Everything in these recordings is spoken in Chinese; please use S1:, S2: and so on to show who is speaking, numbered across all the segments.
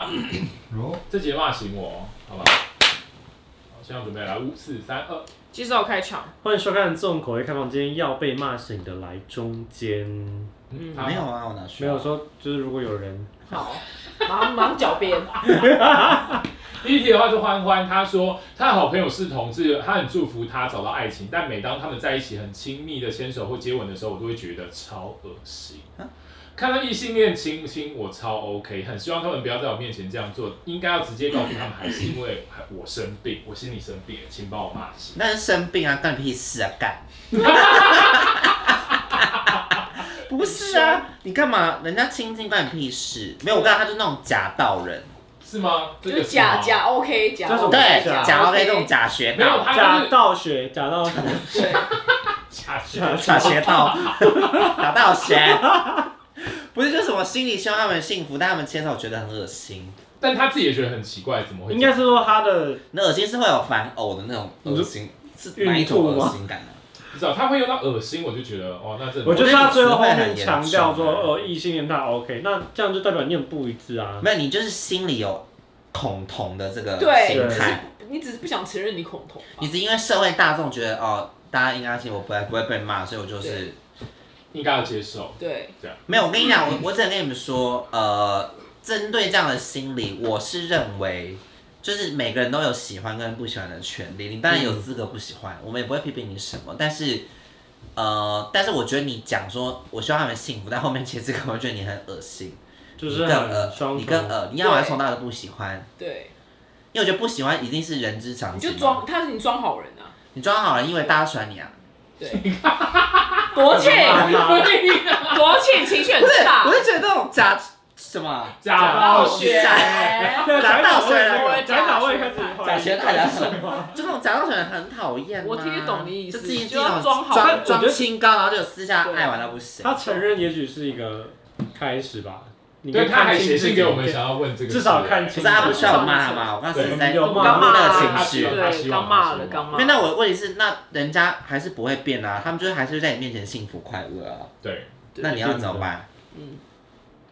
S1: 啦，
S2: 哦，
S1: 这节骂醒我，好吧？好，现在准备来五四三二，
S3: 举手开场。
S4: 欢迎收看《重口味开房间》，要被骂醒的来中间。
S1: 嗯，
S2: 没有啊，我哪去？
S4: 没有说，就是如果有人
S3: 好，忙忙狡辩。
S1: 第一题的话是欢欢，他说他的好朋友是同志，他很祝福他找到爱情，但每当他们在一起很亲密的牵手或接吻的时候，我都会觉得超恶 心。看到异性恋亲亲，我超 OK，很希望他们不要在我面前这样做，应该要直接告诉他们，还是因为我生病，我心里生病了，请帮我骂醒。
S2: 那是生病啊，干你屁事啊，干！不是啊，你干嘛？人家亲近关你屁事？没有，我告诉你他就是那种假道人，
S1: 是吗？这
S3: 就
S1: 个
S3: 是
S1: 是吗
S3: 假假 OK 假
S4: 这是我
S3: OK
S2: 对，
S4: 假
S2: 假 OK 这种假学
S1: 没有
S2: 道，
S1: 他
S4: 假
S1: 就是
S4: 道学，假道学，
S3: 对
S1: 假
S4: 假
S1: 假
S2: 假学道，假道学。不是，就是我心里希望他们幸福，但他们牵手觉得很恶心。
S1: 但他自己也觉得很奇怪，怎么会
S4: 应
S1: 这样？
S4: 该是说他的
S2: 那恶心是会有反呕的那种恶心，是哪一种恶心感呢、啊
S1: 不知道他会用到恶心，我就觉得哦，那这
S4: 我觉得
S2: 我觉得
S4: 他
S2: 你
S4: 最后
S2: 词汇
S4: 后
S2: 很
S4: 面
S2: 严
S4: 强调
S2: 重
S4: 说，
S2: 欸
S4: 哦，异性恋他 OK，那这样就代表你很不一致啊。
S2: 没有，你就是心里有恐同的这个
S3: 对
S2: 心
S4: 只是
S2: 态，
S3: 你只是不想承认你恐同吧
S2: 你？只因为社会大众觉得哦，大家应该信我不会不会被骂，所以我就是
S1: 应该要接受。
S3: 对，
S2: 没有。我跟你讲，我我只能跟你们说，呃，针对这样的心理，我是认为。就是每个人都有喜欢跟不喜欢的权利，你当然有资格不喜欢，我们也不会批评你什么。但是，呃，但是我觉得你讲说我希望他们幸福，但后面其实我觉得你很恶心，
S4: 就是
S2: 你更恶
S4: 很双
S2: 你更
S4: 重，
S2: 恶，你要么从大的不喜欢，
S3: 对，
S2: 因为我觉得不喜欢一定是人之常
S3: 你
S2: 情
S3: 就
S2: 嘛。
S3: 装，他是你装好人啊，
S2: 你装好了，因为大家喜欢你啊。
S3: 对，多欠
S4: 干嘛
S3: 多欠，情绪很大
S2: 我。就觉得这种假什么 啊
S1: 假
S3: 道
S1: 冒
S3: 学
S1: 学，
S4: 对啊
S2: 假道学
S4: 位
S3: 假
S4: 假
S3: 道
S4: 道
S3: 学
S4: 位开始怀疑
S2: 假学大家什么，就这种假道学人很讨厌啊。
S3: 我听得懂你意思
S2: 就自己
S3: 就要
S2: 这种
S3: 装好
S4: 但
S2: 装
S4: 我觉得
S2: 装清高，然后就私下爱玩到不行。
S4: 他承认也许是一个开始吧。你
S1: 对，
S4: 可以
S1: 他
S4: 看
S1: 还
S4: 清
S1: 写
S4: 自
S1: 信
S4: 己
S1: 给我们，想要问这个，
S4: 至少看
S2: 不
S4: 清
S2: 是他不
S4: 楚
S2: 需。要我骂他吗？我刚刚只是在
S4: 对
S2: 录
S4: 我
S3: 刚
S4: 们
S2: 那
S3: 骂
S2: 个
S3: 了，
S2: 情绪。
S1: 他希
S3: 对，
S1: 望
S3: 刚骂
S1: 他
S3: 了，
S1: 希望
S3: 刚骂
S2: 啊没有
S3: 了。
S2: 那我的问题是，那人家还是不会变啊，他们就是还是在你面前幸福快乐啊。
S1: 对。
S3: 对
S2: 那你要怎么办？
S3: 嗯，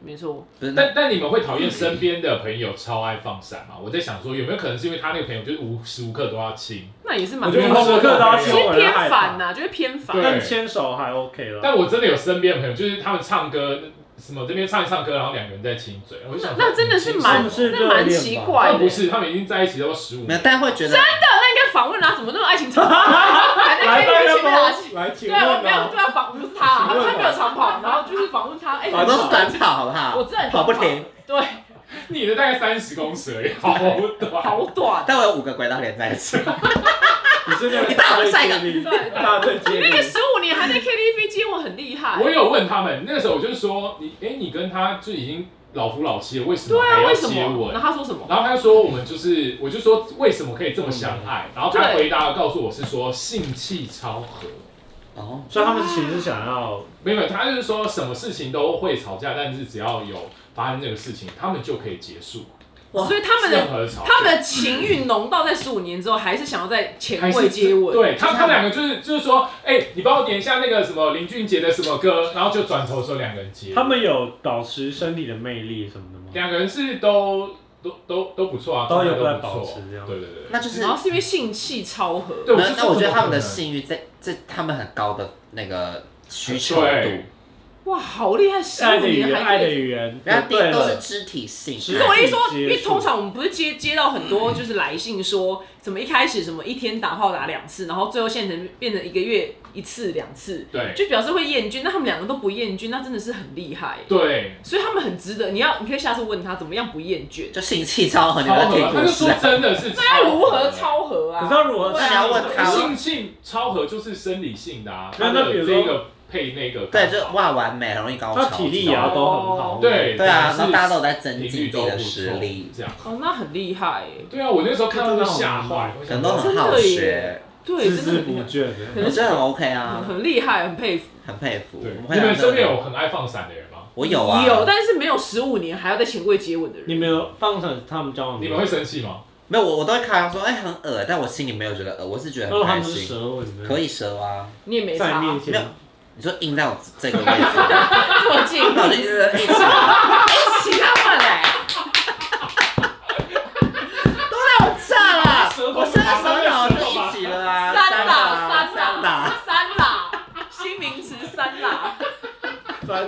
S3: 没错，
S2: 不是，那
S1: 但但你们会讨厌身边的朋友超爱放闪吗？我在想说，有没有可能是因为他那个朋友就是无时无刻都要亲？
S3: 那也是蛮
S1: 我
S3: 其
S1: 觉
S3: 实
S1: 得
S4: 我时刻都要
S1: 其
S4: 亲
S1: 实
S4: 我人
S3: 偏
S4: 害
S3: 反
S4: 怕，
S3: 呐，就是偏反。
S1: 对
S4: 但牵手还 OK 了。
S1: 但我真的有身边的朋友，就是他们唱歌什么这边唱一唱歌，然后两个人在亲嘴，我就想说
S3: 那真的是蛮
S4: 是不是
S3: 那蛮
S4: 热恋吧
S3: 奇怪
S1: 那
S3: 的，
S1: 不是，他们已经在一起都十五
S2: 没有
S1: 年，，
S2: 但会觉得
S3: 那应该访问啊，怎么那么爱情长 跑？还在那
S4: 来大
S3: 边
S4: 家
S3: 前面打气
S4: 帮我来请
S3: 对
S4: 问
S3: 啊，我没有
S4: 啊
S3: 对，啊，访问不是他啊，
S4: 请问
S3: 他
S4: 啊
S3: 没有长跑，然后就是访问他，哎，
S2: 我
S4: 反
S2: 啊都是
S3: 你
S2: 短跑，好不好？
S3: 我真的很
S2: 跑不
S3: 长
S2: 停。。
S3: 对，
S1: 你的大概三十公尺而已，好短。
S3: 好短。
S2: 但我有五个轨道连在一 起。
S4: 你是那个
S2: 你打我
S4: 最
S2: 下一个
S4: 接力，
S3: 对啊
S4: 大队接
S3: 那个
S4: 力。
S3: 十五年还在 KTV 接吻很厉害
S1: 我，有问他们，那个时候我就说，你哎、你跟他就已经老夫老妻了，为什么
S3: 对
S1: 还
S3: 啊，
S1: 要
S3: 为什
S1: 接
S3: 么？
S1: 吻
S3: 然？后他说什么？
S1: 然后他就说我们就是，我就说为什么可以这么相
S4: 嗯
S1: 爱？然后他
S3: 对
S1: 回答告诉我是说性气超合，
S2: 哦，
S4: 所以他们其实是想要
S1: 没有，他就是说什么事情都会吵架，但是只要有发生这个事情，他们就可以结束
S2: 哇
S3: 所以他们
S1: 任
S3: 的
S1: 何的吵架。
S3: 他们的情欲浓到在十五年之后，还是想要在前
S1: 还
S3: 卫
S1: 是
S3: 接吻。
S1: 对他他们两个就是就是说，哎、你帮我点一下那个什么林俊杰的什么歌，然后就转头说两个人接吻。
S4: 他们有保持身体的魅力什么的吗？
S1: 两个人是都都都都不错啊，
S4: 都有
S1: 状态
S4: 在保
S1: 不错
S4: 持这样
S1: 对对对。
S2: 那就是
S3: 然后是因为性气超合，
S1: 对，
S2: 那
S1: 是
S2: 那我觉得他们的
S1: 性。
S2: 性欲在在他们很高的那个需求度
S1: 对，
S3: 哇，好厉害！十
S4: 爱
S3: 五
S4: 的语
S3: 年
S4: 言，
S3: 还
S4: 爱
S3: 可
S4: 的
S3: 以。
S4: 语言，
S2: 人家第一
S4: 对
S2: 啊都是
S4: 了，
S2: 肢体性。
S4: 只
S3: 可是我一说，
S4: 接触
S3: 因为通常我们不是接接到很多就是来信说，怎么一开始什么一天打炮打两次，然后最后现成变成一个月一次两次，
S1: 对
S3: 就表示会厌倦。那他们两个都不厌倦，那真的是很厉害。
S1: 对，
S3: 所以他们很值得，你要你可以下次问他怎么样不厌倦，
S2: 就性气超合，你
S1: 超
S2: 们
S1: 合
S2: 听
S1: 啊，他
S2: 故
S1: 就
S2: 事
S1: 说
S2: 啊。
S1: 真的是超合
S3: 那要如何？超合
S4: 可
S3: 啊
S4: 是？要如何？
S3: 对啊
S2: 你要问他
S1: 性性超合就是生理性的啊，
S4: 那
S1: 他的
S4: 那比如说
S1: 这个配那个
S2: 对，
S1: 刚
S2: 就
S1: 好，
S2: 哇完美，容易高
S4: 那
S2: 潮。
S4: 体力
S2: 这
S4: 也
S2: 种
S4: 要都很好。
S1: 啊哦对
S2: 对啊，
S1: 但是
S2: 然后大家都有在增
S1: 频
S2: 进
S1: 率
S2: 自
S1: 都
S2: 己
S1: 不
S2: 的
S1: 错
S2: 实力，
S1: 这样。
S3: 哦，那很厉害欸，
S1: 对啊，我那时候看到都吓坏，我
S2: 可
S1: 想
S2: 能都
S1: 说
S2: 很好学，
S3: 对，
S4: 孜
S3: 真的
S4: 孜
S3: 很
S4: 不
S3: 厉害
S4: 倦
S3: 可
S4: 的。
S2: 我
S3: 是
S2: 觉得很 OK
S3: 很
S2: 啊，
S3: 很厉害，很佩服。
S2: 很佩服。
S1: 对，
S2: 我
S1: 你
S2: 会让
S1: 们身边
S2: 这个
S1: 有很爱放闪的人吗？
S2: 我有啊，
S3: 有，但是没有十五年还要在前柜接吻的人。
S4: 你们有放上他们交往的
S1: 你
S4: 吗？
S1: 们会生气吗？
S2: 没有我我都会开玩笑说，哎，很恶，但我心里没有觉得恶，我是觉得
S4: 那
S2: 很
S4: 他
S2: 开
S4: 们是
S2: 心，
S4: 舌吻的，
S2: 可以蛇啊。
S3: 你也没
S4: 在
S3: 差，
S4: 面
S2: 没
S4: 前
S2: 有你说印在我这个位 置，
S3: 这么近，哎
S2: 那我就一直一直
S3: 起他们嘞，
S2: 啊饭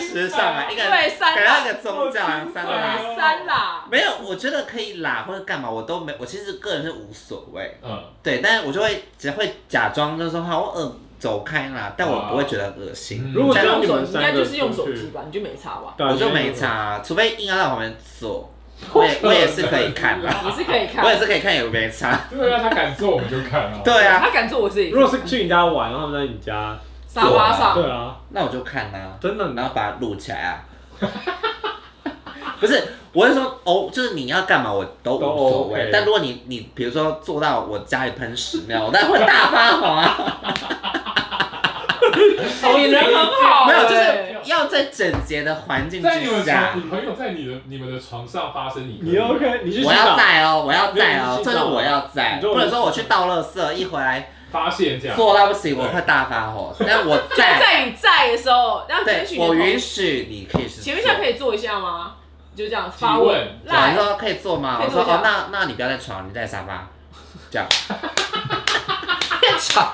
S2: 时尚啊，一个
S3: 对三
S2: 给他一
S3: 啦，
S2: 个宗教啊，三个啦。
S1: 个
S3: 三啦，
S2: 没有，我觉得可以啦，或者干嘛，我都没，我其实个人是无所谓，
S1: 嗯，
S2: 对，但是我就会只会假装就是说好，我恶走开啦，但我不会觉得恶心，
S1: 嗯
S4: 啊如果
S3: 你
S4: 只有
S3: 用
S4: 你
S3: 手
S4: 们
S3: 机应该
S4: 三
S3: 就
S4: 个
S3: 是用手
S4: 出去
S3: 机吧，你就没差吧？
S2: 我就没。差，啊除非硬要在我旁边坐，我也我也是可以看啦，
S3: 你是可以 看
S2: 我，也是可以看，也没差，
S1: 对啊，他敢做我们就看 啊。
S2: 对啊，
S3: 他敢做我自己
S4: 如果是去你家玩，然后他们在你家，
S3: 沙发上，
S4: 对啊，
S2: 那我就看啦，
S4: 真的
S2: 然
S4: 呢，
S2: 后把它录起来啊，不是，我是说哦，就是你要干嘛我都无
S4: 都
S2: 所谓
S4: OK
S2: 但如果你你比如说坐到我家里喷屎尿，我当然会大发火啊。
S3: 哦，你人很好，
S2: 没有，就
S3: 对
S2: 是要在整洁的环境
S1: 在你们
S2: 之下
S1: 床，你。朋友在你的你们的床上发生，你可以
S4: 你 OK，你去洗
S2: 我要
S4: 澡，
S2: 在哦，我要在
S4: 没有
S2: 哦，
S4: 你去
S2: 这
S4: 洗澡
S2: 是我要在，
S4: 你就
S2: 不能说我去倒垃圾，一回来
S1: 发现这样，
S2: 做到不行，我会大发火。但我
S3: 就是
S2: 在，
S3: 在你在的时候，然后
S2: 对
S3: 争取，你的
S2: 我
S3: 同
S2: 允许你可以是
S3: 前面下可
S2: 以，
S3: 以做一下吗？就这样发
S1: 提
S3: 问
S1: 问，
S2: 我
S3: 来，
S2: 说可以做吗？
S3: 可以
S2: 我
S3: 坐
S2: 说
S3: 下
S2: 哦，那那你不要在床，你在沙发，这样。在床。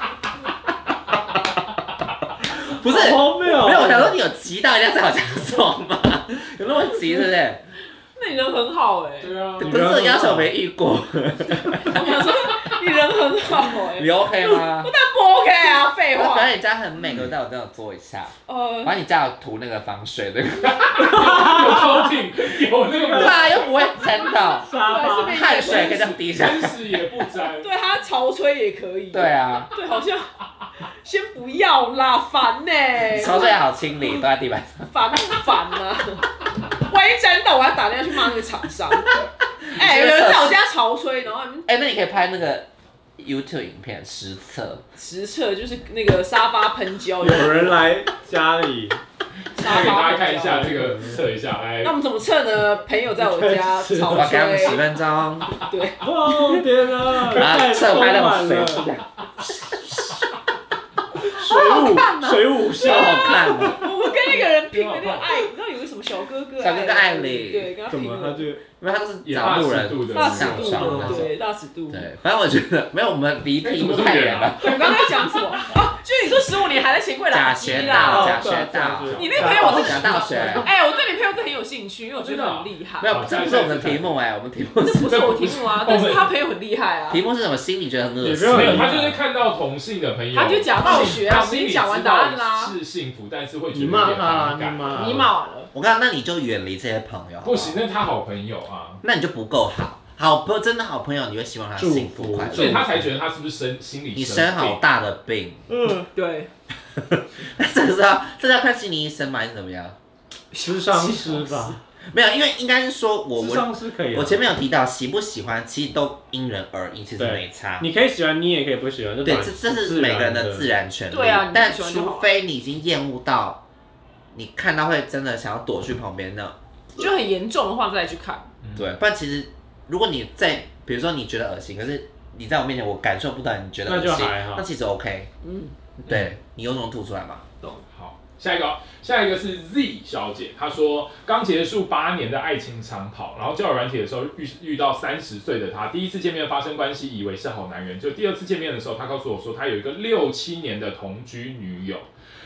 S2: 不是，
S4: 好荒谬哦
S2: 没有，我想说你有急到人家才好这样做吗？ 有那么急是不是？
S3: 那你人很好哎，
S1: 对啊，
S2: 不是这个要求没遇过，
S3: 我想说你人很好哎，
S2: 你哎 OK 吗？
S3: 但不 OK 啊，废
S2: 我
S3: 话
S2: 反，正你家很美，我带我这样做一下。
S3: 呃，
S2: 把你家有涂那个防水 的，
S1: 有抽筋，有那
S2: 对
S1: 个
S2: 啊，又不会沾 到，
S4: 沙
S3: 对是
S4: 发
S3: 被
S2: 汗水可以这样滴下来。
S1: 真实也不沾。
S3: 对他潮吹也可以，
S2: 对啊，
S3: 对，好像先不要啦，烦呢、
S2: 潮水好清理，都在地板上。
S3: 烦不烦啊？ 万一沾到，我要打电话去骂那个厂 商。哎、有人在我家潮吹，然后你们
S2: 哎，那你可以拍那个 YouTube 影片实测，
S3: 实测就是那个沙发喷胶，
S4: 有人来家里，
S3: 沙
S1: 那给大
S3: 发
S1: 家看一
S3: 喷胶。
S1: 下这个测一下，来
S3: 那我，们怎么测呢？朋友在 我家潮
S2: 我给他们十
S3: 吹，
S2: 分钟，
S3: 对，
S4: 哦天啊，
S2: 然后
S4: 太
S2: 测
S4: 充
S2: 拍
S4: 满
S2: 那种
S4: 了，
S2: 水，
S1: 哦
S4: 水舞
S1: 啊
S4: 水舞秀，
S2: 超好看的。
S3: 我们跟那个人拼的那个爱，你知道有个什么小哥哥，
S2: 小哥哥艾里
S3: 对，跟他
S4: 怎
S3: 拼
S4: 么他
S3: 了
S4: 就
S2: 因为他都是
S1: 也
S2: 找
S1: 大
S2: 路
S1: 尺
S2: 人
S1: 度的，
S3: 大尺
S2: 上
S3: 度
S2: 床那
S3: 的，
S2: 种
S3: 对，大尺度。
S2: 对，反正我觉得没有我们离
S1: 哎
S2: 题
S1: 怎么这么
S2: 太
S1: 远
S2: 远了。
S1: 啊？
S3: 我刚刚在讲什么？啊，就是你说十五年还在钱柜
S2: 假
S3: 打机
S2: 学到，
S3: 啦。
S2: 假学到，
S3: 你那个朋友我真
S2: 假大学。
S3: 哎、我对你朋友真的很有兴趣，因为我觉得很厉害
S2: 没。有，这不是我们的题哦目哎，我们题目
S3: 这
S2: 是
S3: 不是我题目啊，但是他朋友很厉害啊
S2: 题，目是什么？心里觉得很恶心。
S4: 也
S1: 没有，他就是看到同性的朋友，
S3: 他就假冒学啊
S1: 他心里
S3: 我已经讲完答案
S1: 知道
S3: 啦
S1: 是幸福，但是会觉得
S4: 你
S1: 有
S4: 骂
S1: 点
S4: 他啊，
S1: 反
S4: 你
S1: 感。
S4: 骂，
S3: 你，骂完了，
S2: 我告诉你，那你就远离这些朋友。好好
S1: 不行，，那他好朋友啊，
S2: 那你就不够好。好朋友真的好朋友，你会希望他幸福快
S1: 所以
S2: 乐。
S1: 他才觉得他是不是生心理
S2: 你生好
S1: 病
S2: 大的病，
S4: 嗯，
S3: 对，
S2: 那这个是要这个要看心理医生嘛，还是怎么样？
S4: 智商师吧，
S2: 没有，因为应该是说我
S4: 智
S2: 我
S4: 商师可以啊，
S2: 我前面有提到喜不喜欢，其实都因人而异，其实
S4: 对
S2: 没差。
S4: 你可以喜欢，你也可以不喜欢，
S2: 对，
S4: 反
S2: 这
S4: 正
S2: 这是
S4: 自
S2: 每
S4: 然
S2: 个人的自然权利。
S3: 对啊你
S2: 但
S3: 喜欢就好
S2: 除非你已经厌恶到，你看到会真的想要躲去旁边那
S3: 就很严重的话再去看，
S2: 对，不然其实如果你在，比如说你觉得恶心，可是你在我面前我感受不到你觉得恶
S4: 那
S2: 心
S4: 就还，好
S2: 那其实 OK，
S3: 嗯，
S2: 对你有种吐出来嘛。
S1: 好，下一个哦，下一个是 Z 小姐，她说刚结束八年的爱情长跑，然后交友软体的时候遇遇到三十岁的她，第一次见面发生关系，以为是好男人，就第二次见面的时候，她告诉我说她有一个六七年的同居女友。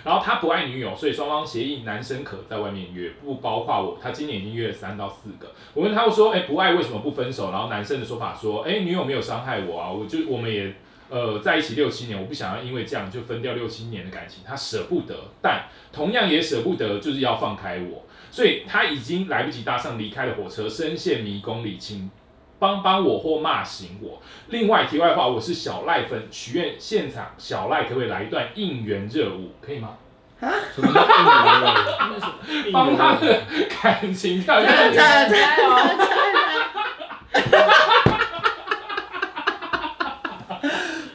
S1: 然后她不爱女友，所以双方协议男生可在外面约，不包括我。她今年已经约了三到四个。我问她我说，哎，不爱为什么不分手？然后男生的说法说，哎，女友没有伤害我啊，我就我们也呃在一起六七年，我不想要因为这样就分掉六七年的感情，他舍不得，但同样也舍不得，就是要放开我，所以他已经来不及搭上离开的火车，深陷迷宫里，请帮帮我或骂醒我。另外，题外话，我是小赖粉，许愿现场小赖可不可以来一段应援热舞，可以吗？
S4: 什么叫应
S3: 那是什么？
S4: 援热舞
S1: 帮他的感情跳跃。
S2: 加油
S3: 加油！
S2: 哦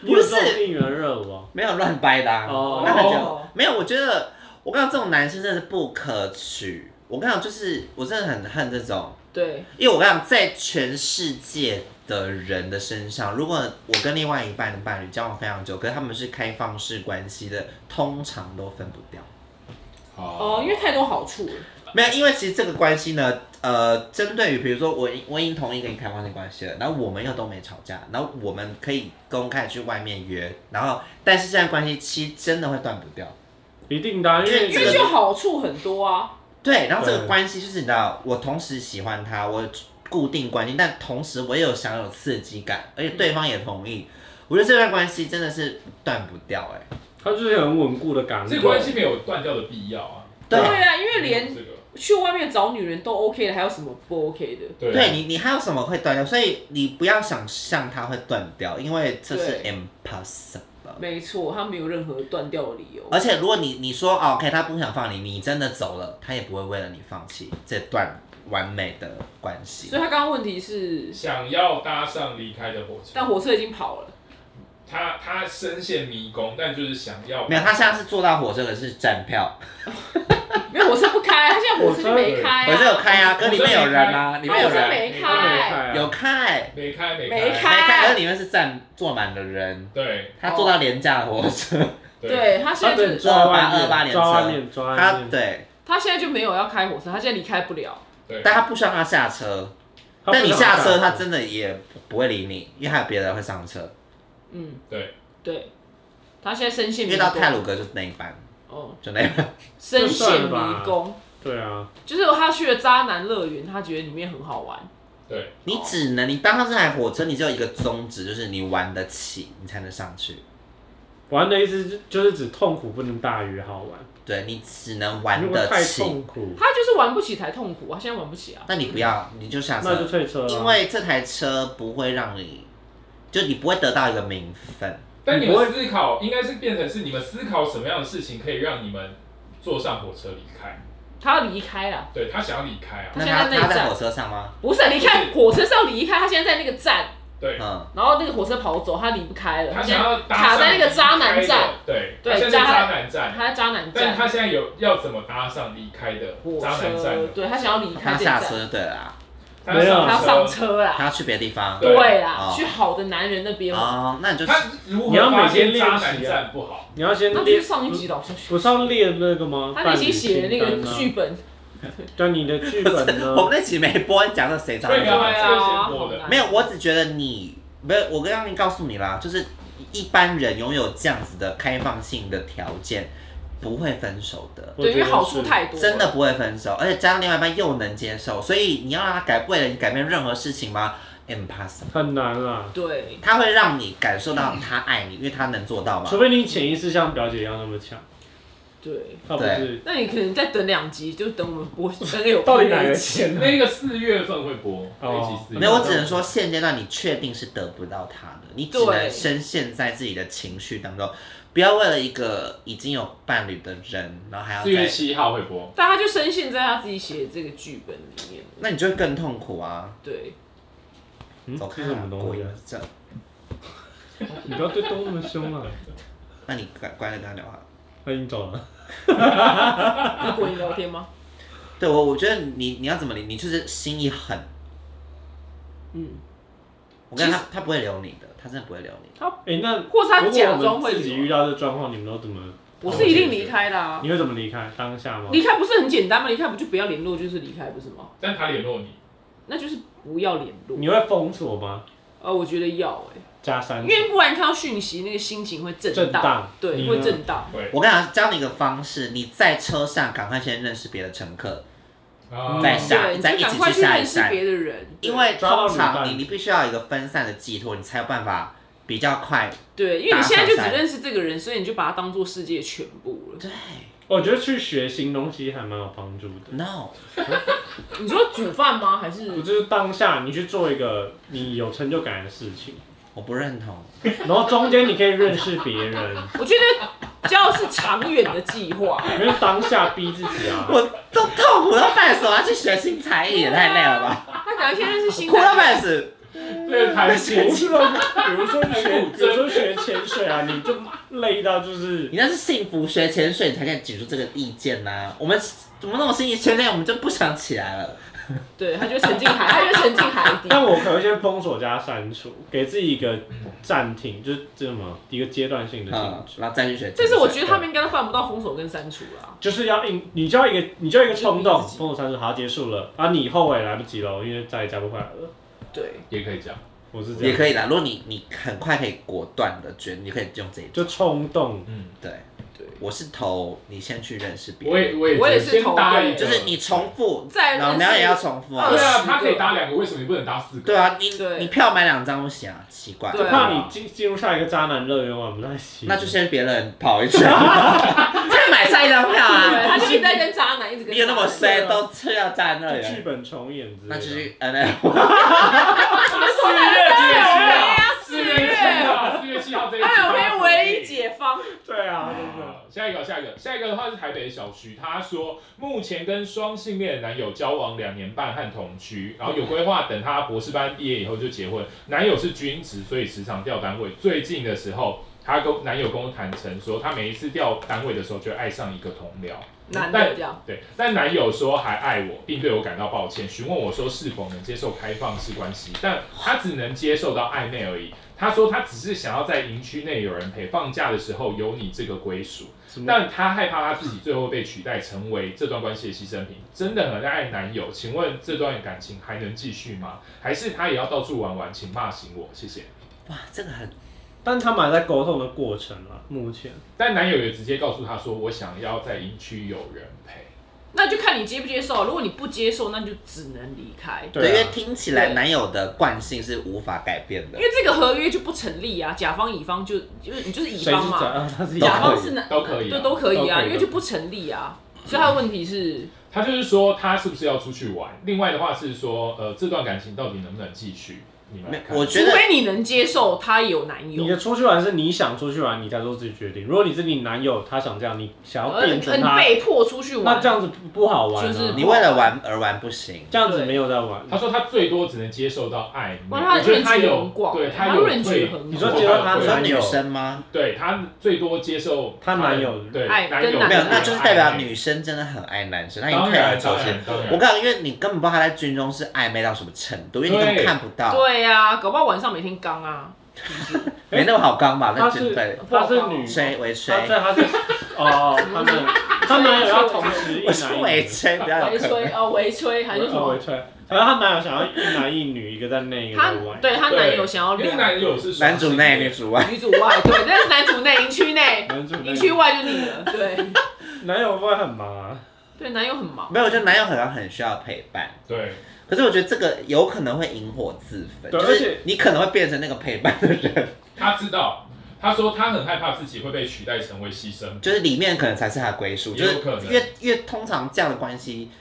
S4: 你有这种应援热舞啊？
S2: 没有乱掰的、啊。
S4: 哦
S2: 那个就
S3: 哦
S2: 没有，我觉得我跟你讲，这种男生真的是不可取。我跟你讲，就是我真的很恨这种，
S3: 对，
S2: 因为我跟你讲，在全世界的人的身上，如果我跟另外一半的伴侣交往非常久，可是他们是开放式关系的，通常都分不掉。
S3: 哦，因为太多好处了，
S2: 没有，因为其实这个关系呢，呃，针对于比如说我已我已经同意跟你开放性关系了，然后我们又都没吵架，然后我们可以公开去外面约，然后但是这段关系其实真的会断不掉，
S4: 一定的啊、因为
S2: 这
S3: 因
S2: 个
S3: 为就好处很多啊。
S2: 对，然后这个
S4: 对
S2: 关系就是你知道，我同时喜欢他，我固定关心，但同时我也有享有刺激感，而且对方也同意。我觉得这段关系真的是断不掉哎、
S4: 它就是有很稳固的感
S1: 这关系没有断掉的必要啊。
S2: 对
S3: 啊，因为
S1: 这
S3: 连
S1: 个，
S3: 去外面找女人都 OK 的，还有什么不 OK 的？
S1: 对
S2: 对
S1: 啊
S2: 你，你还有什么会断掉？所以你不要想象它会断掉，因为这是 impossible。
S3: 没错，他没有任何断掉的理由。
S2: 而且如果你你说哦 OK，他不想放你，你真的走了，他也不会为了你放弃这段完美的关系
S3: 所以。他刚刚问题是，
S1: 想要搭上离开的火车，
S3: 但火车已经跑了，
S1: 他他深陷迷宫，但就是想要
S2: 没有，他现在是坐到火车，可是站票，
S3: 没有火车不开，啊他现在火车就没开
S2: 火车有
S3: 啊，
S2: 开啊，可是里面有人啊，里面有
S3: 火车
S2: 人，
S3: 没
S1: 没
S3: 开，
S4: 开
S2: 有开，
S1: 没开没
S3: 没
S1: 开，
S3: 开
S2: 没开，可是里面是站坐满了人，
S1: 对
S2: 他坐到廉价的火
S4: 哦
S2: 车，
S1: 对，
S3: 对他现在
S4: 只
S3: 就
S2: 抓
S4: 抓外面，
S2: 228
S4: 抓外面，抓外
S2: 他
S4: 面，
S2: 对，
S3: 他现在就没有要开火车，他现在离开不了。
S1: 对
S2: 但他不需要他下车，
S4: 他不
S2: 但你
S4: 想
S2: 下车他真的也不会理你，因为还有别人会上车，
S3: 嗯，
S1: 对，
S3: 对，他现在深陷
S2: 因
S3: 迷
S2: 为到泰
S3: 宫，
S2: 鲁格就那一班，
S3: 哦，
S2: 就那一班，
S3: 深陷
S4: 就算了
S3: 迷
S4: 吧
S3: 宫，
S4: 对啊，
S3: 就是他去了渣男乐园，他觉得里面很好玩。
S1: 对，
S2: 你只能你当上这台火车，你只有一个宗旨，就是你玩得起，你才能上去，
S4: 玩的意思就就是指痛苦不能大于好玩，
S2: 对你只能玩
S4: 如果
S2: 得
S4: 太
S2: 起，
S4: 痛苦，
S3: 他就是玩不起才痛苦啊，现在玩不起啊。
S2: 那你不要你就下
S4: 那就
S2: 车，
S4: 退车啊
S2: 因为这台车不会让你，就你不会得到一个名分。
S1: 但你们思考应该是变成是你们思考什么样的事情可以让你们坐上火车离开？
S3: 他要离开啊，
S1: 对他想要离开啊，
S2: 那
S3: 现在
S2: 他
S3: 在那一
S2: 他在
S3: 站
S2: 火车上吗？
S3: 不是离开火车是要离开，他现在在那个站，
S1: 对，
S2: 嗯，
S3: 然后那个火车跑走，他离不开了，
S1: 他
S3: 他现
S1: 想
S3: 在
S1: 要搭
S3: 卡在那个渣
S1: 上离
S3: 男
S1: 开
S3: 站
S1: 的，对，
S3: 对
S1: 他现在在
S3: 渣
S1: 渣男站，
S3: 他在渣男
S1: 但
S3: 站
S1: 他现在有要怎么搭上离开的
S3: 火
S1: 渣男站
S3: 车
S1: 呢，？
S3: 对他想要离开
S2: 哦他
S3: 这
S2: 下
S3: 站，
S2: 车就对了啊，
S1: 他
S4: 没有
S3: 他要上车
S2: 他
S3: 啦，
S2: 要去别的地方。
S1: 对
S3: 对啦
S2: 哦，
S3: 去好的男人那边嘛，
S2: 哦，那你就
S1: 他
S2: 是
S1: 如何
S4: 你要
S1: 发
S4: 每天
S1: 现
S4: 练
S1: 渣
S4: 习啊
S1: 男站不好？
S4: 你要先
S3: 那
S4: 练
S3: 就是，上一集老师学
S4: 不是要练那个吗？
S3: 他那集写的那
S4: 伴侣清
S3: 个
S4: 单啊
S3: 剧本，
S4: 对啊你的剧本呢
S2: 我？们那期没播，你讲的谁找
S1: 对
S2: 你
S1: 啊
S2: 做？
S1: 这个
S3: 啊，
S1: 先播的
S3: 好难
S2: 没有，我只觉得你没有，我刚刚已经告诉你啦，就是一般人拥有这样子的开放性的条件，不会分手的。
S4: 我觉
S3: 对，
S4: 得
S3: 因为好
S4: 是
S3: 处太多了，
S2: 真的不会分手，而且加上另外一半又能接受，所以你要让他改，为了你改变任何事情吗？impossible。
S4: 很难啦，
S3: 对，
S2: 他会让你感受到
S1: 嗯
S2: 他爱你，因为他能做到嘛
S4: 除。非你潜意识像表姐一样那么强，
S3: 对，
S4: 他不是
S3: 那你可能再等两集，就等我们播，等有
S4: 到底
S3: 播
S4: 哪
S3: 那
S4: 个
S3: 一集
S4: 钱呢？
S1: 那个四月份会播，那一
S4: 哦
S1: 集四月份
S2: 没有，我只能说现阶段你确定是得不到他的，你只能深陷在自己的情绪当中，不要为了一个已经有伴侣的人，然后还要
S1: 四月
S2: 再，
S1: 七号会播，
S3: 但他就深陷在他自己写的这个剧本里面，
S2: 那你就会更痛苦啊！
S3: 对，
S4: 嗯，
S2: 走
S4: 这
S2: 开
S4: 是什
S2: 啊
S4: 么，东
S2: 果
S4: 西
S2: 然
S4: 啊？
S2: 是这样，
S4: 你不要对东那么凶啊！
S2: 那你乖乖的跟他聊啊。
S4: 那你走了，
S3: 跟国营聊天吗？
S2: 对我，我觉得你你要怎么理，你就是心一狠，
S3: 嗯，
S2: 我跟他他不会留你的，他真的不会留你。
S4: 哎、那
S3: 或是他
S4: 如果
S3: 假
S4: 我
S3: 装
S4: 们
S3: 会
S4: 自己
S3: 留
S4: 遇到哦这状况，你们都怎么？
S3: 我是一定离开的啊，
S4: 你会怎么离开？当下吗？
S3: 离开不是很简单吗？离开不就不要联络，就是离开不是吗？
S1: 但他联络你，
S3: 那就是不要联络。
S4: 你会封锁吗？
S3: 呃，我觉得要哎、
S4: 加三
S3: 因为不然看到讯息，那个心情会震
S4: 震荡嗯你
S3: 对，
S4: 呢
S3: 会震荡。
S1: 会
S2: 我跟你讲，教你一个方式，你在车上赶快先认识别的乘客，
S1: 啊
S2: 嗯在下
S3: 对，你
S2: 再
S3: 就
S2: 一起
S3: 赶快
S2: 去
S3: 去
S2: 下一
S3: 认识
S2: 站
S3: 别的人，
S2: 因为
S4: 抓到
S2: 通
S4: 旅
S2: 常
S4: 伴
S2: 你你必须要有一个分散的寄托，你才有办法比较快。
S3: 对，因为你现在就
S2: 搭
S3: 只
S2: 上山
S3: 认识这个人，所以你就把他当做世界全部了。
S2: 对
S4: 我觉得去学新东西还蛮有帮助的。
S2: ，no，
S3: 你说煮饭吗？还
S4: 我
S3: 是
S4: 就是当下你去做一个你有成就感的事情，
S2: 我不认同。
S4: 然后中间你可以认识别人，
S3: 我觉得教是长远的计划。
S4: 因为当下逼自己啊。
S2: 我都痛苦到半死，我要去学新才艺，也太累了 吧，
S3: 他哪一天认识新
S2: 哭到
S3: 的，
S2: 半死。
S1: 这个弹琴
S4: 不是啊，比如说 学，比如说学潜水啊，你就累到就是
S2: 你那是幸福学潜水，你才敢举出这个意见呐、我们我们那种心理训练，我们就不想起来了。
S3: 对，他就沉浸海，他就沉浸海 底。
S4: 但我可能会先封锁加删除，给自己一个暂停，就是这什么一个阶段性的停
S2: 嗯，
S3: 啊
S4: 止，
S2: 然后再去学。
S3: 但是我觉得他们。应该都办不到封锁跟删除啦。
S4: 就是要应，你就要一个，你就要一个冲动，
S3: 就逼自己
S4: 封锁删除，好结束了啊，你后悔来不及了，因为再也加不回来了。
S3: 对，
S1: 也可以讲，
S4: 我是这
S2: 也
S4: 样，
S2: 可以啦，如果你你很快可以果断的决定，你可以用这一种。
S4: 就冲动，
S1: 嗯，
S2: 对，
S3: 对，
S2: 我是投你先去认识别
S1: 我也
S2: 人，
S1: 我也
S3: 我也
S1: 觉得
S3: 是
S1: 先
S3: 投
S1: 搭
S3: 对
S1: 一个，
S2: 就是你重复，
S3: 再认识
S2: 老娘也要重复啊
S1: 对。啊，
S3: 20
S1: 他可以搭两个，为什么你不能搭四个？
S2: 对啊，你
S3: 对
S2: 你票买两张不行啊，奇怪。
S3: 对啊
S4: 怕你进进入下一个渣男乐园玩不太行。
S2: 那就先别人跑一圈，再买下一张票
S3: 对，他
S2: 啊！
S3: 就一直在跟渣男一直跟
S2: 你有那么
S3: 帅，
S2: 衰，都吃到站那里
S4: 剧
S2: 了，
S4: 本重演之类的。
S2: 啊那就是 N L。
S1: 四月
S3: 四
S1: 四
S3: 月
S1: 月
S3: 七
S1: 七
S3: 号
S1: 号，四月七号这一集。
S3: 他有
S4: 啊
S3: 被唯一解放，
S4: 对啊，真的。
S1: 啊下一个，下一个，下一个的话是台北的小徐，他说目前跟双性恋男友交往两年半和同居，然后有规划等他博士班毕业以后就结婚。男友是军职，所以时常调单位。最近的时候，他跟男友跟我坦诚说，他每一次调单位的时候就爱上一个同僚。
S3: 男的这样，
S1: 对，但男友说还爱我，并对我感到抱歉，询问我说是否能接受开放式关系，但他只能接受到暧昧而已。他说他只是想要在营区内有人陪，放假的时候有你这个归属，
S4: 什么？
S1: 但他害怕他自己最后被取代，成为这段关系的牺牲品。真的很爱男友，请问这段感情还能继续吗？还是他也要到处玩玩？请骂醒我，谢谢。
S2: 哇，这个很
S4: 但他们还在沟通的过程啊，目前。
S1: 但男友也直接告诉他说，我想要在营区有人陪。
S3: 那就看你接不接受。如果你不接受，那就只能离开，
S4: 对啊
S2: 对，因为听起来男友的惯性是无法改变的
S3: 因。为这个合约就不成立啊。甲方乙方就就是你就是乙
S4: 谁是
S3: 方嘛，
S4: 渣？ 他是乙
S3: 甲
S4: 方
S3: 方是男
S1: 都可以啊
S3: 对，都可以啊，
S4: 都可以
S3: 因为就不成立啊。所以他的问题是，
S1: 他就是说他是不是要出去玩？另外的话是说，呃，这段感情到底能不能继续？你们来看
S2: 我
S3: 除
S2: 觉得
S3: 非你能接受他有男
S4: 你
S3: 友
S4: 的，出去玩是你想出去玩，你才做自己决定。如果你是你男友，他想这样，你想要
S3: 而
S4: 变
S3: 你
S4: 成他，
S3: 被迫出去玩
S4: 那这，样子不不好玩啊。
S3: 就是
S2: 你为了玩而玩不行，
S4: 这样子没有在玩。
S1: 他说他最多只能接受到暧昧，
S3: 哇他的
S1: 我觉得他
S3: range
S1: 有
S3: 很广
S1: 对
S3: 他
S1: 有
S3: range
S1: 退
S3: 很，
S4: 你说广接受他
S1: 有
S4: 对
S2: 你
S1: 退
S2: 说
S4: 男友
S2: 女生吗？
S1: 对他最多接受
S4: 他男友
S1: 对
S3: 爱
S1: 男
S3: 跟
S1: 友
S3: 男
S2: 没有，
S3: 友
S2: 那就是代表女生真的很爱男生，她已经
S1: 当
S2: 退了
S1: 然
S2: 球
S1: 当
S2: 线
S1: 然。当
S2: 我
S1: 然，
S2: 告诉你，因为你根本不知道他在军中是暧昧到什么程度，因为你根本
S1: 对
S2: 看不到，
S3: 对呀、啊，搞不好晚上每天刚啊，
S2: 没那么好刚吧？
S4: 他
S2: 那
S4: 是
S2: 军队
S4: 他是女，
S2: 吹为吹
S4: 他，这他是哦，他们他男友要同时一
S2: 我是
S4: 男一
S2: 为
S4: 女。
S2: 吹，不要有
S3: 围
S2: 哎可能
S3: 吹哦，围吹还是什
S4: 哦
S3: 么
S4: 我？吹，然后他男友想要一男一女，一个在内，一个
S3: 她
S4: 在外。
S3: 对她男友想要
S1: 因为
S3: 两
S1: 男友是
S2: 男主内女
S1: 主，
S2: 主外，
S3: 女主外，对， 但是男主内，营区内，
S4: 男主
S3: 营区
S4: 内，
S3: 外就腻了，对，
S4: 男友会很忙啊。
S3: 对，男友很忙，
S2: 没有，就男友可能很需要陪伴。
S1: 对，
S2: 可是我觉得这个有可能会引火自焚，
S4: 对
S2: 就
S4: 而
S2: 是
S4: 且
S2: 你可能会变成那个陪伴的人，
S1: 他知道，他说他很害怕自己会被取代成为牺牲，
S2: 就是里面可能才是他的归属，就
S1: 也
S2: 是
S1: 有可能
S2: 越越通常这样的关系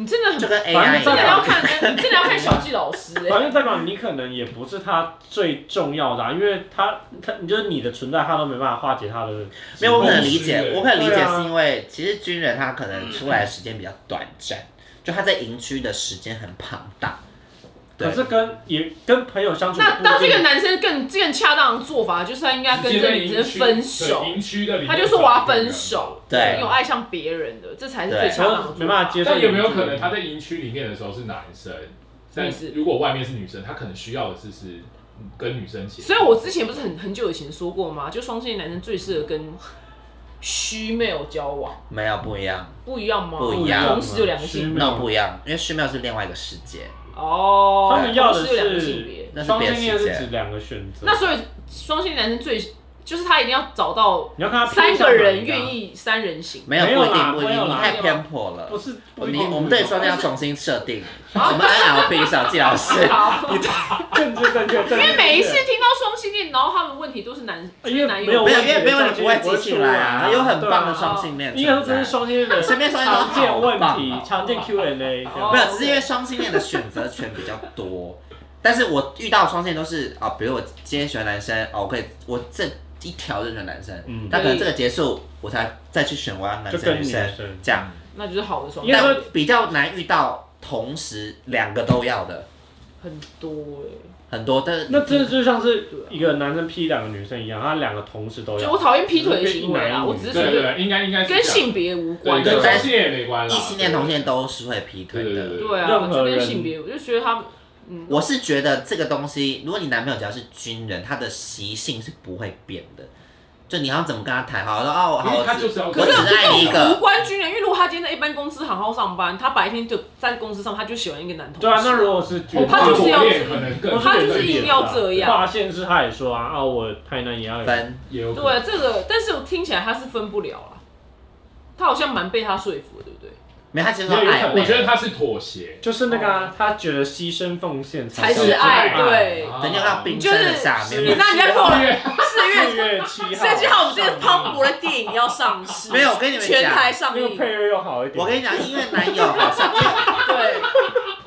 S3: 你真的很，
S2: 就
S3: 真
S2: 跟
S4: 反正
S2: AI 一
S4: 这
S3: 的要
S2: 样，
S3: 看，你真的要看小纪老师哎、
S4: 反正代表你可能也不是他最重要的、啊，因为他他你就是你的存在，他都没办法化解他的。
S2: 没有我可能理解
S1: 对，
S2: 我可能理解
S4: 对啊
S2: 是因为其实军人他可能出来的时间比较短暂，就他在营区的时间很庞大，对
S4: 可，是跟也跟朋友相处
S3: 那
S4: 不一定，
S3: 那这个男生更更恰当的做法就是他应该跟这个女生分手
S1: 对，营区的里面
S3: 他就说我要分手，
S2: 对
S3: 因为我爱上别人的，这才是最
S2: 对
S3: 恰当的
S4: 他
S3: 做法。
S4: 没办法接受。
S1: 但有没有可能他在营区里面的时候是男生，
S3: 什么
S1: 但
S3: 意思
S1: 如果外面是女生，他可能需要的是是跟女生结合。
S3: 所以我之前不是很很久以前说过吗？就双性恋男生最适合跟虚 male 交往，
S2: 没有不一样，
S3: 不一样吗？
S2: 不一样
S3: 同时有两个性
S4: 没
S3: 别
S4: 有
S2: 那不一样，因为虚妙是另外一个世界，
S3: 哦，
S4: 他们要的
S3: 同时有两个性别
S4: 是。
S2: 那是
S4: 双
S2: 别
S4: 性恋
S2: 的
S4: 是
S2: 世界
S4: 指两个选择。
S3: 那所以双性男生最就是他一定要找到
S4: 你要看他
S3: 三
S4: 偏向
S3: 个人
S4: 哪一啊
S3: 愿，意三人行，
S2: 没有
S4: 没有
S2: 不一
S4: 啦
S2: 定不一
S4: 没有
S2: 定，你
S4: 啦
S2: 太偏颇了
S4: 不。是不是
S2: 你
S4: 公主
S2: 我们对双要重新设 定，我们 NLP 小纪老师，
S3: 好，
S4: 政治正确，因
S3: 因为每一次听到双性恋，然后他们问题都是男，
S4: 啊因为
S3: 男
S4: 没有
S3: 友
S2: 没有因为没有你不会记起来啊，
S4: 对啊
S2: 有很棒的双性恋
S4: 应该
S2: 存
S4: 这
S2: 在
S4: 是。双性恋的
S2: 身边双性恋
S4: 常
S2: 都
S4: 见
S2: 好
S4: 问
S2: 棒
S4: 题
S2: 哦，
S4: 常见 Q&A 这样
S3: 哦
S2: 没有，只是因为双性恋的选择权比较多，但是我遇到的双性恋都是啊、比如我今天喜欢男生，哦，我可以我这一条就选男生，
S4: 嗯
S2: 但可能这个结束我才再去选我要男
S4: 就
S2: 生
S4: 跟
S2: 女
S4: 女
S2: 生
S4: 生
S2: 这样，
S3: 那就是好的双
S4: 因
S3: 性
S4: 为
S3: 恋
S2: 但比较难遇到同时两个都要的
S3: 很多哎、
S2: 很多，但是
S4: 那这就像是一个男生劈两个女生一样，他两个同时都
S3: 就我
S4: 要。
S3: 讨厌劈腿的行为啊，我只是
S1: 对
S3: 觉
S1: 对
S3: 得
S1: 对，应该应该是这
S3: 跟
S1: 样
S3: 性别无关
S1: 对，
S2: 对
S1: 跟
S2: 对
S1: 同性恋也没关啦。
S2: 异性恋同性恋都是会劈腿的。
S1: 对对对
S3: 对啊，
S4: 任
S3: 就
S4: 何
S3: 跟
S4: 人
S3: 性别，我就觉得他，嗯，
S2: 我是觉得这个东西，如果你男朋友只要是军人，他的习性是不会变的。就你要怎么跟他谈，好好说哦，好，
S1: 因为他
S2: 我只
S1: 就是要
S2: 我
S1: 跟
S2: 只
S1: 可是
S2: 爱你一
S3: 无
S2: 个。
S3: 关军人，因为如果他今天在一般公司行号上班，他白天就在公司上，他就喜欢一个男同事。
S4: 对啊，那如果是觉
S1: 哦
S4: 得
S3: 他就是
S1: 跨
S3: 要
S1: 国恋可能更
S3: 他就是硬要这样
S4: 发现啊是他也说啊，啊我台南也要有。
S2: 分
S1: 也有可能
S3: 对这个，但是我听起来他是分不了啊，他好像蛮被他说服的，对不对？
S2: 没有他其实
S1: 没
S3: 啊
S2: 说
S1: 有有可
S2: 爱
S1: 能，
S2: 美，
S1: 我觉得他是妥协，
S4: 就是那个、啊、他觉得牺牲奉献
S3: 哦才
S4: 叫
S3: 是
S4: 做
S3: 爱，对。
S1: 啊
S2: 等一下到冰
S3: 就
S2: 山
S3: 是
S2: 的下面，
S3: 是那你在跟我
S1: 四月
S3: 四
S4: 四
S3: 月
S4: 月七号，
S3: 甚至号我们 这个磅礴的电影要上市，
S2: 没有我跟你们
S3: 全
S2: 讲
S3: 台上
S4: 那个
S3: 映，
S4: 配
S3: 对，
S4: 乐又好一点。
S2: 我跟你讲，因为男友好像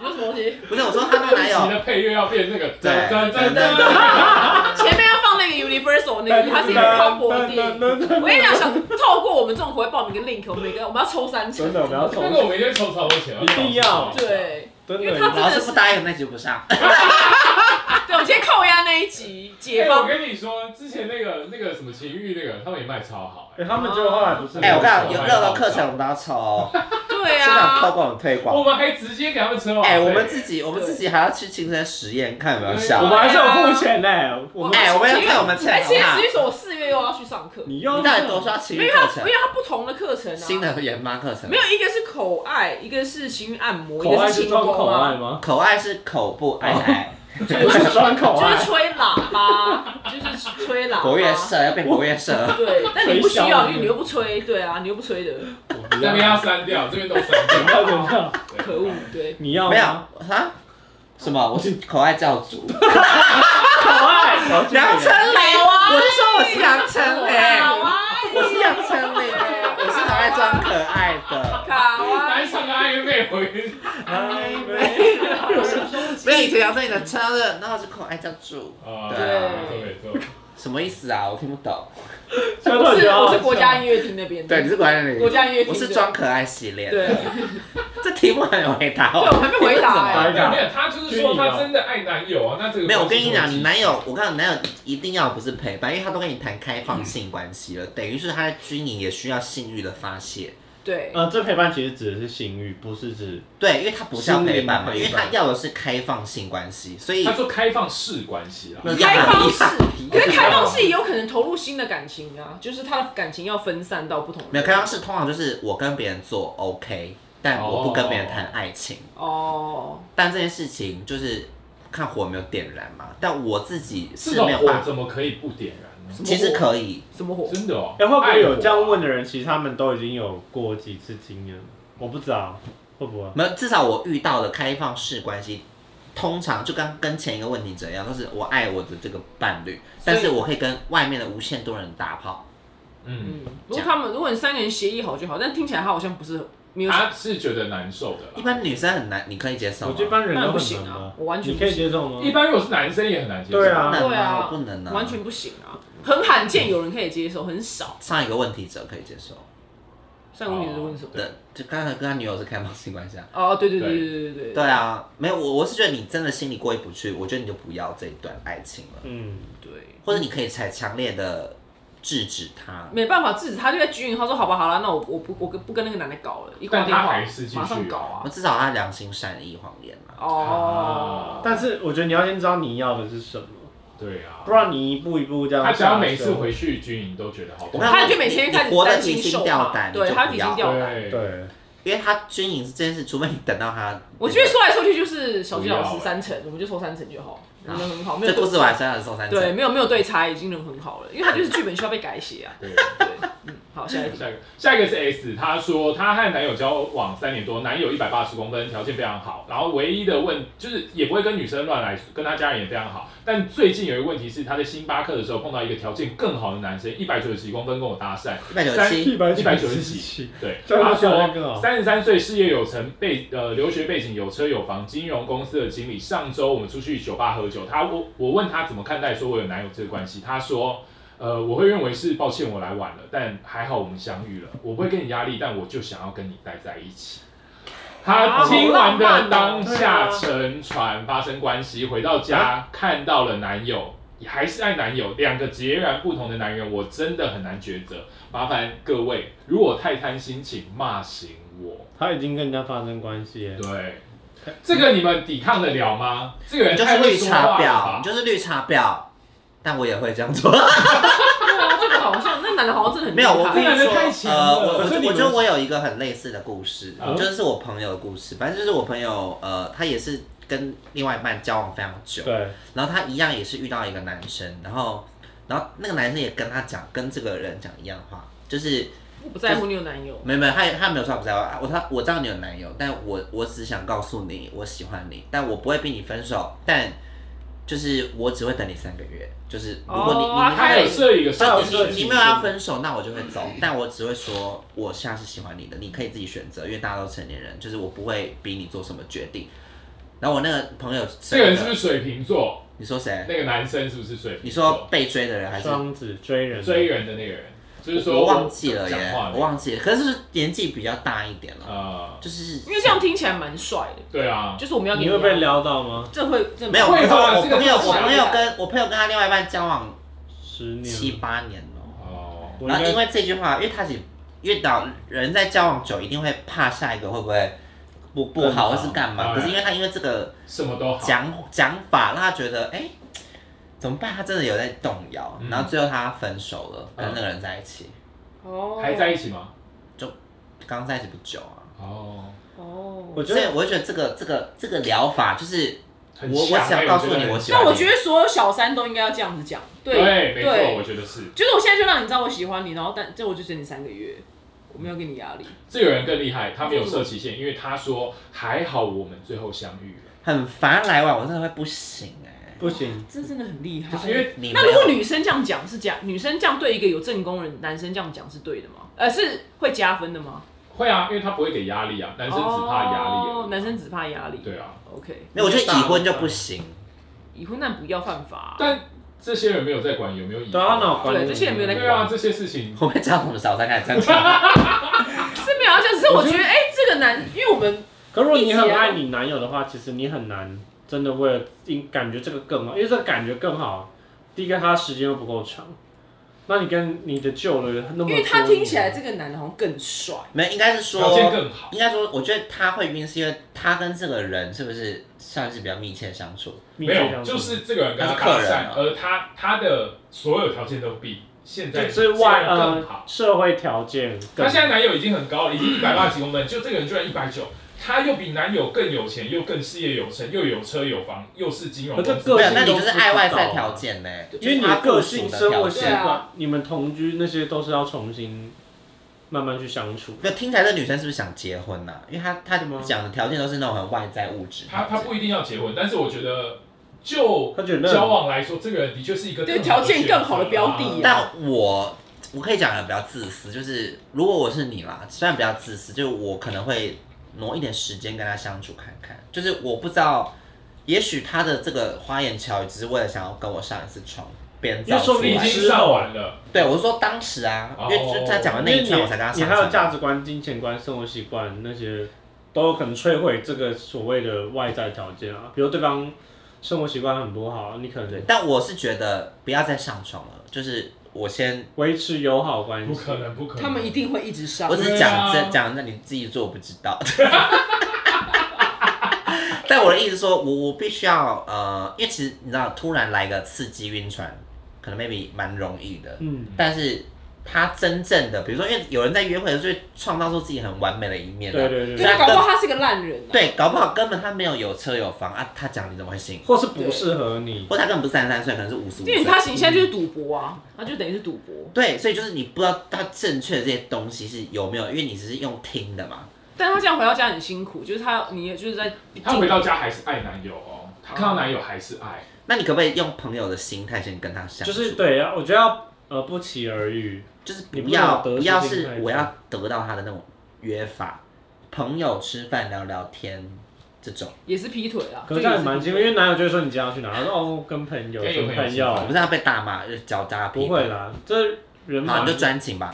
S3: 有什么东西？
S2: 不是我说他那男
S1: 你
S2: 友，
S1: 的配乐要变那个
S2: 哎对
S1: 噔噔噔
S2: 对对
S1: 噔，
S3: 前面要放那个 Universal 那个，它是一个磅礴的电影。我跟你讲，想透过我们这种国外报名跟 link，我们每个我们要抽三成
S4: 真，的，我们要
S1: 那
S4: 从
S1: 个我们一定会抽超多钱，
S4: 一定要
S3: 对。
S4: 真
S3: 因为
S4: 的
S3: 他
S2: 老师不答应那集不上，
S3: 对，我们今天扣押那一集解
S1: 哎，我
S3: 放，
S1: 跟你说，之前那个那个什么情欲那个，他们也卖超好，
S4: 哎他们
S3: 哦
S4: 就后来不是
S2: 哎，我告诉你，有
S1: 我
S2: 热的课程我们都要抽，
S3: 对
S2: 现在有
S3: 啊
S2: 透，过我们推广
S1: 我。们还直接给他们吃好。
S2: 哎、我们自己，我们自己还要去亲身实验，看有没有效
S4: 我。们还是
S3: 啊
S4: 有付钱呢。我们
S2: 哎、我们要看我们
S3: 哎，
S2: 欠
S3: 其实
S2: 好不好
S3: 实？际说我四月又要去上课，
S4: 你又
S2: 你到底多少情
S3: 因为
S2: 绪
S3: 它
S2: 课
S3: 因
S2: 程
S3: 为？它不同的课程啊，
S2: 新的研发课程
S3: 没？有一个是口爱，一个是情欲按摩，
S4: 口
S3: 一个
S4: 爱
S3: 是
S4: 是
S3: 轻
S4: 装
S3: 功
S4: 口爱
S3: 啊，
S4: 吗？
S2: 口爱是口不爱爱，
S4: 不是装口
S3: 就
S4: 爱
S3: 是，吹喇叭，就是吹喇叭。
S2: 国乐社要变国乐社。
S3: 对，但你不需
S4: 吹箫
S3: 要，因为你又不吹，对啊，你又不吹的，
S4: 我不
S1: 这边要删掉，这边都删
S4: 要怎
S1: 掉。
S4: 么样？
S1: 对
S3: 可恶，对。
S4: 你要吗
S2: 没有
S3: 哦
S2: 啊？什么？我是口爱教主，
S4: 口爱？了解
S2: 杨丞琳。
S3: 好啊
S2: 我是说我是杨丞琳，
S3: 卡哇
S2: 我是杨丞琳，我是很爱装可爱的。
S3: 卡哇
S1: 来唱个暧昧，我跟你
S4: 暧昧
S2: 没有以前杨丞琳的超热，然后是口爱教主，
S1: 啊，
S2: 对
S1: 没错没错。
S2: 什么意思啊？我听不懂。
S4: 真的
S3: 我
S4: 很
S3: 是
S4: 好笑
S3: 我是国家音乐厅那边的，
S2: 对，你是国爱
S3: 国家音乐厅，
S2: 我是，装可爱系列。
S3: 对，对，
S2: 这题目很有回答哦。
S3: 我还没回答
S4: 白
S3: 哎，
S1: 没有没有，他就是说他真的爱男友啊，那这个
S2: 啊没有，我跟你讲，你男友，我告诉你，男友一定要不是陪伴，因为他都跟你谈开放性关系了，等于是他在军营也需要性欲的发泄。
S3: 对，
S4: 呃，这陪伴其实指的是性欲，不是指
S2: 对，因为他不是要陪伴嘛，
S4: 心灵陪伴
S2: 因为他要的是开放性关系，所以
S1: 他说开放式关系啦，
S2: 那
S3: 开放式
S2: 一样
S3: 可是开放式也有可能投入新的感情啊，就是他的感情要分散到不同的，
S2: 没有开放式，通常就是我跟别人做 OK，但我不跟别人谈爱情。
S3: 哦，
S2: 但这件事情就是看火有没有点燃嘛，但我自己
S1: 这
S2: 是
S1: 种
S2: 没有
S1: 火
S2: 办法，
S1: 哦怎么可以不点燃呢？
S2: 其实可以。
S3: 什么火？
S1: 真的哦，
S4: 哎、会不会有这样问
S1: 的？
S4: 的人？其实他们都已经有过几次经验了，我不知道会不会。
S2: 没有，至少我遇到的开放式关系，通常就跟跟前一个问题者一样，都是我爱我的这个伴侣，但是我可以跟外面的无限多人打炮。
S1: 嗯，
S3: 嗯，如果他们如果你三个人协议好就好，但听起来他好像不是没有，
S1: 他是觉得难受的
S2: 一
S1: 啦。
S2: 般女生很难，你可以接受
S4: 哦我
S2: 吗
S4: 觉？得一般人都
S3: 那不
S4: 很
S3: 行
S4: 难
S3: 啊
S4: 吧，
S3: 我完全
S4: 你
S3: 不
S4: 可以
S3: 行
S4: 接受
S2: 嗯
S4: 吗？
S1: 一般如果是男生也很难接受。
S4: 对啊
S2: 不能
S3: 对
S2: 吗？
S3: 啊
S2: 我不能啊，
S3: 完全。不行啊，很罕见有人可以接受，很少。
S2: 上一个问题者可以接受，
S3: 上个问题是问什么？
S1: 对
S2: 对，就刚才跟他女友是开放性关系啊。
S3: 哦，对对对对对对
S2: 对啊，没有我我是觉得你真的心里过意不去，我觉得你就不要这一段爱情了，
S4: 嗯，
S3: 对，
S2: 或者你可以采强烈的制止他。
S3: 没办法制止，他就在拘营，他说好吧好了，那我我不我跟不跟那个男的搞了，一挂电
S1: 但
S3: 话
S1: 他还是继续啊
S3: 马上搞啊
S2: 我。至少他良心善意谎言嘛。
S3: 哦，
S4: 但是我觉得你要先知道你要的是什么，
S1: 对啊
S4: 不，然你一步一步这样
S1: 他
S4: 下
S1: 只
S4: 去。
S1: 要每次回去军营都觉得好痛苦。
S2: 我看
S3: 他就每天开始
S2: 你你活得
S3: 担心
S2: 提心
S3: 受
S2: 吊
S3: 嘛
S2: 胆
S3: 对，
S2: 你就
S3: 他
S2: 不
S3: 提心
S2: 要
S3: 吊胆。
S4: 对，
S2: 因为他军营是这件事，除非你等到他。
S3: 我觉得说来说去就是小鸡老
S1: 不要
S3: 师
S1: 欸
S3: 三成，我们就抽三成就好，
S2: 好
S3: 人很好，没有
S2: 这故事
S3: 对
S2: 我还是要受三成。
S3: 对，没有没有对差，已经人很好了，因为他就是剧本需要被改写啊。
S1: 对
S3: 对，嗯， 好，下一题。
S1: 下一个，下一个是 S，她说她和男友交往三年多，男友一百八十公分，条件非常好，然后唯一的问就是也不会跟女生乱来，跟她家人也非常好。但最近有一个问题是，她在星巴克的时候碰到一个条件更好的男生，一百九十几公分跟我搭讪，
S2: 一百九十七，
S4: 百
S1: 一百九十几，对，
S4: 这样
S1: 他
S4: 就小那个
S1: 说
S4: 哦
S1: 三十三岁，事业有成，背呃留学背景，有车有房，金融公司的经理。上周我们出去酒吧喝酒，他我我问他怎么看待说我有男友这个关系，他说。呃，我会认为是抱歉我来晚了，但还好我们相遇了，我不会给你压力，但我就想要跟你待在一起。他
S3: 啊
S1: 听完
S3: 好
S1: 的
S3: 浪漫
S1: 当
S3: 哦
S1: 下
S4: 对
S1: 沉船发生关系，回到
S2: 啊
S1: 家看到了男友，还是爱男友，两个截然不同的男人，我真的很难抉择。麻烦各位，如果太贪心，请骂醒我。
S4: 他已经跟人家发生关系了。
S1: 对，这个你们抵抗得了吗？这个
S2: 你
S1: 人
S2: 就是
S1: 太
S2: 绿
S1: 会说
S2: 茶
S1: 话了
S2: 婊，
S1: 吧
S2: 你？就是绿茶婊。但我也会这样做。
S3: 对啊，这个好像那男的好像真的很
S2: 没有
S3: 厉
S2: 我
S3: 害
S1: 这个人太强
S2: 呃，我
S1: 了。
S2: 我
S1: 可
S2: 觉
S1: 是
S2: 得
S1: 你
S2: 我
S1: 们
S2: 觉得我有一个很类似的故事
S1: 嗯，
S2: 就是是我朋友的故事。反正就是我朋友，呃，他也是跟另外一半交往非常久，
S4: 对，
S2: 然后他一样也是遇到一个男生，然后然后那个男生也跟他讲，跟这个人讲一样的话，就是
S3: 我不在乎你有男友，
S2: 没有没有，他也他没有说他不在乎啊，我他我知道你有男友，但我我只想告诉你，我喜欢你，但我不会逼你分手，但就是我只会等你三个月，就是如果你、
S3: 哦
S2: 你
S3: 啊
S2: 你
S1: 他有设一个
S2: 但
S1: 上
S2: 我
S1: 色
S2: 说你没有要分手，那我就会走，但我只会说，我现在是喜欢你的，你可以自己选择，因为大家都成年人，就是我不会逼你做什么决定。然后我那个朋友，
S1: 这个人是不是水瓶座？
S2: 你说谁？
S1: 那个男生是不是水瓶座？
S2: 你说被追的人还是
S4: 双子追人，
S1: 追人的那个人，就是说
S2: 我忘记了耶
S1: 讲话，
S2: 我忘记了，可是年纪比较大一点了，
S1: 啊，
S2: 就是
S3: 因为这样听起来蛮帅的，
S1: 对啊，
S3: 就是我们要给
S4: 你会
S3: 聊
S4: 被撩到吗？
S3: 这会这
S2: 没有，我
S1: 会
S2: 朋友
S1: 吧
S2: 我
S1: 这个
S2: 朋友
S1: 是
S2: 我朋友
S3: 小
S2: 跟我朋友跟他另外一半交往
S4: 十年，
S2: 七八年了。
S1: 哦，
S4: 我应
S2: 然后因
S4: 该
S2: 为这句话，因为他是越到人在交往久，一定会怕下一个会不会不不
S4: 更好
S2: 好，或是干嘛。
S1: 当然
S2: 可是因为他因为这个
S1: 什么都好，
S2: 讲讲法，让他觉得哎、怎么办？他真的有在动摇。
S1: 嗯
S2: 然后最后他分手了，跟那个人在一起，
S3: 哦
S1: 还在一起吗？
S2: 刚在一起不久啊。
S1: 哦，
S4: 我
S3: 哦。
S4: 觉
S2: 所以
S4: 得
S2: 我就觉得这个这个这个疗法，就是我
S1: 很
S2: 我
S1: 强欸
S2: 想告诉你，
S1: 我
S2: 我
S1: 觉
S2: 喜欢
S3: 那
S2: 你。
S3: 我觉得所有小三都应该要这样子讲，
S1: 对，没错，我
S3: 对，
S1: 觉得是。
S3: 就是我现在就让你知道我喜欢你，然后但这我就整你三个月，我没有给你压力。
S1: 这个人更厉害，他没有设期限，因为他说还好我们最后相遇了，
S2: 很烦来往，我真的会不行哎、
S4: 不行，
S3: 这真的很厉害。
S1: 就是因为
S2: 你
S3: 那
S2: 没
S3: 如
S2: 有
S3: 果女生这样讲是假，女生这样对一个有正宫人男生这样讲是对的吗？呃，是会加分的吗？
S1: 会啊，因为他不会给压力啊，男生只怕压力而
S3: 哦
S1: 已，
S3: 男生只怕压力。
S1: 对啊，
S3: ，OK，
S2: 没有，我觉得已婚就不行。
S3: 已婚但不要犯法、啊
S1: 但这些人没有在管有没有疑
S4: 对啊，那我
S3: 对
S4: 管你
S3: 这些也没有在
S1: 对啊，这些事情
S2: 我们讲我们小三开始这样讲，
S3: 是没有要讲，只是我
S4: 我觉
S3: 觉
S4: 得
S3: 得哎、这个男，因为我们
S4: 可如果你很
S3: 啊
S4: 爱你男友的话，其实你很难真的为了因感觉这个更好，因为这个感觉更好。第一个，他时间又不够长，那你跟你的旧的那么多
S3: 因为
S4: 年，
S3: 他听起来这个男的好像更帅，
S2: 没有应该是说
S1: 条件更好，
S2: 应该说，我觉得他会晕是因为他跟这个人是不是算是比较密切相处？
S4: 密
S1: 没
S4: 切
S1: 有，
S4: 相处
S1: 就是这个人跟他
S2: 他是
S1: 搭
S2: 客人
S1: 讪
S2: 啊，
S1: 而他他的所有条件都比现在
S4: 就是外
S1: 现在更
S4: 呃
S1: 好。
S4: 社会条件更
S1: 她
S4: 好
S1: 现在男友已经很高了，已经一百八十几公分，就这个人居然一百九，她又比男友更有钱，又更事业有成，又有车有房，又是金融公
S4: 可
S1: 司
S4: 这个
S2: 没
S4: 个
S2: 有，
S4: 性
S2: 那你就是爱外在
S4: 都不知道啊
S2: 条件呢、
S4: 因为你
S2: 就是他
S4: 的个
S2: 附属
S4: 性、
S2: 的
S4: 生
S2: 条
S4: 活习
S2: 件
S3: 对
S4: 惯
S3: 啊、
S4: 你们同居那些都是要重新慢慢去相处。
S2: 没有听起来这女生是不是想结婚呐、因为她她
S4: 吗
S2: 讲的条件都是那种很外在物质条
S1: 她
S2: 件。
S1: 她不一定要结婚，但是我觉得就
S4: 他觉得
S1: 交往来说，这个人的确是一个
S3: 对
S1: 更好
S3: 条件更好的
S1: 选择
S3: 标的啊
S2: 但我我可以讲的比较自私，就是如果我是你啦，虽然比较自私，就是我可能会挪一点时间跟他相处看看，就是我不知道，也许他的这个花言巧语只是为了想要跟我上一次床，编
S4: 因
S2: 造
S4: 为说
S2: 出
S4: 不
S1: 你已
S4: 定
S2: 来。
S1: 经上完了，
S2: 对，我是说当时啊，因为就是他讲完
S4: 哦因
S2: 那
S4: 为
S2: 一
S4: 你
S2: 串，我才跟他
S4: 你
S2: 上
S4: 还有价
S2: 床。
S4: 值观、金钱观、生活习惯那些，都有可能摧毁这个所谓的外在条件啊。比如对方生活习惯很不好，你可
S2: 对
S4: 能，
S2: 但我是觉得不要再上床了，就是我先，
S4: 维持友好关
S1: 不
S4: 系。
S1: 可能不可能，
S3: 他们一定会一直上
S2: 我。只是
S1: 对啊
S2: 讲真讲，那你自己做我不知道。 但我的意思说，我我必须要呃，因为其实你知道，突然来个刺激晕船，可能 maybe 蛮容易的，
S4: 嗯，
S2: 但是。他真正的，比如说，因为有人在约会的时候，就会创造出自己很完美的一面啊、
S4: 对对对
S3: 对
S2: 所以，他
S3: 搞不好
S2: 根
S3: 他是个烂人、啊。
S2: 对，搞不好根本他没有有车有房啊，他讲你怎么会信？
S4: 或是不适合你，
S2: 或他根本不是三十三岁，可能是五十五
S3: 因为
S2: 岁
S3: 你。他现在就是赌博啊，他就等于是赌博。
S2: 对，所以就是你不知道他正确的这些东西是有没有，因为你只是用听的嘛。
S3: 但他这样回到家很辛苦，就是他你也就是在
S1: 她回到家还是爱男友哦，她看到男友还是爱，
S2: 那你可不可以用朋友的心态先跟他相
S4: 就
S2: 处？
S4: 是对啊，我觉得要呃不期而遇，
S2: 就是
S4: 你
S2: 不
S4: 不
S2: 要
S4: 懂得
S2: 不要
S4: 是另
S2: 是
S4: 外一
S2: 我
S4: 种
S2: 要得到他的那种约法，朋友吃饭聊聊天这种，
S3: 也是劈腿啊。
S4: 可是这样
S3: 就
S4: 也
S3: 也
S4: 蛮
S3: 劈
S4: 辛
S3: 腿
S4: 苦，因为男友就会说你今天要去哪，他说哦跟朋友，
S1: 跟
S4: 跟
S1: 有朋友
S4: 朋
S1: 吃
S2: 我
S1: 饭
S4: 友，
S2: 不是要被大骂，就是脚扎
S4: 不
S2: 屁股。
S4: 会啦，这人
S2: 好，
S4: 嘛
S2: 你就专情吧。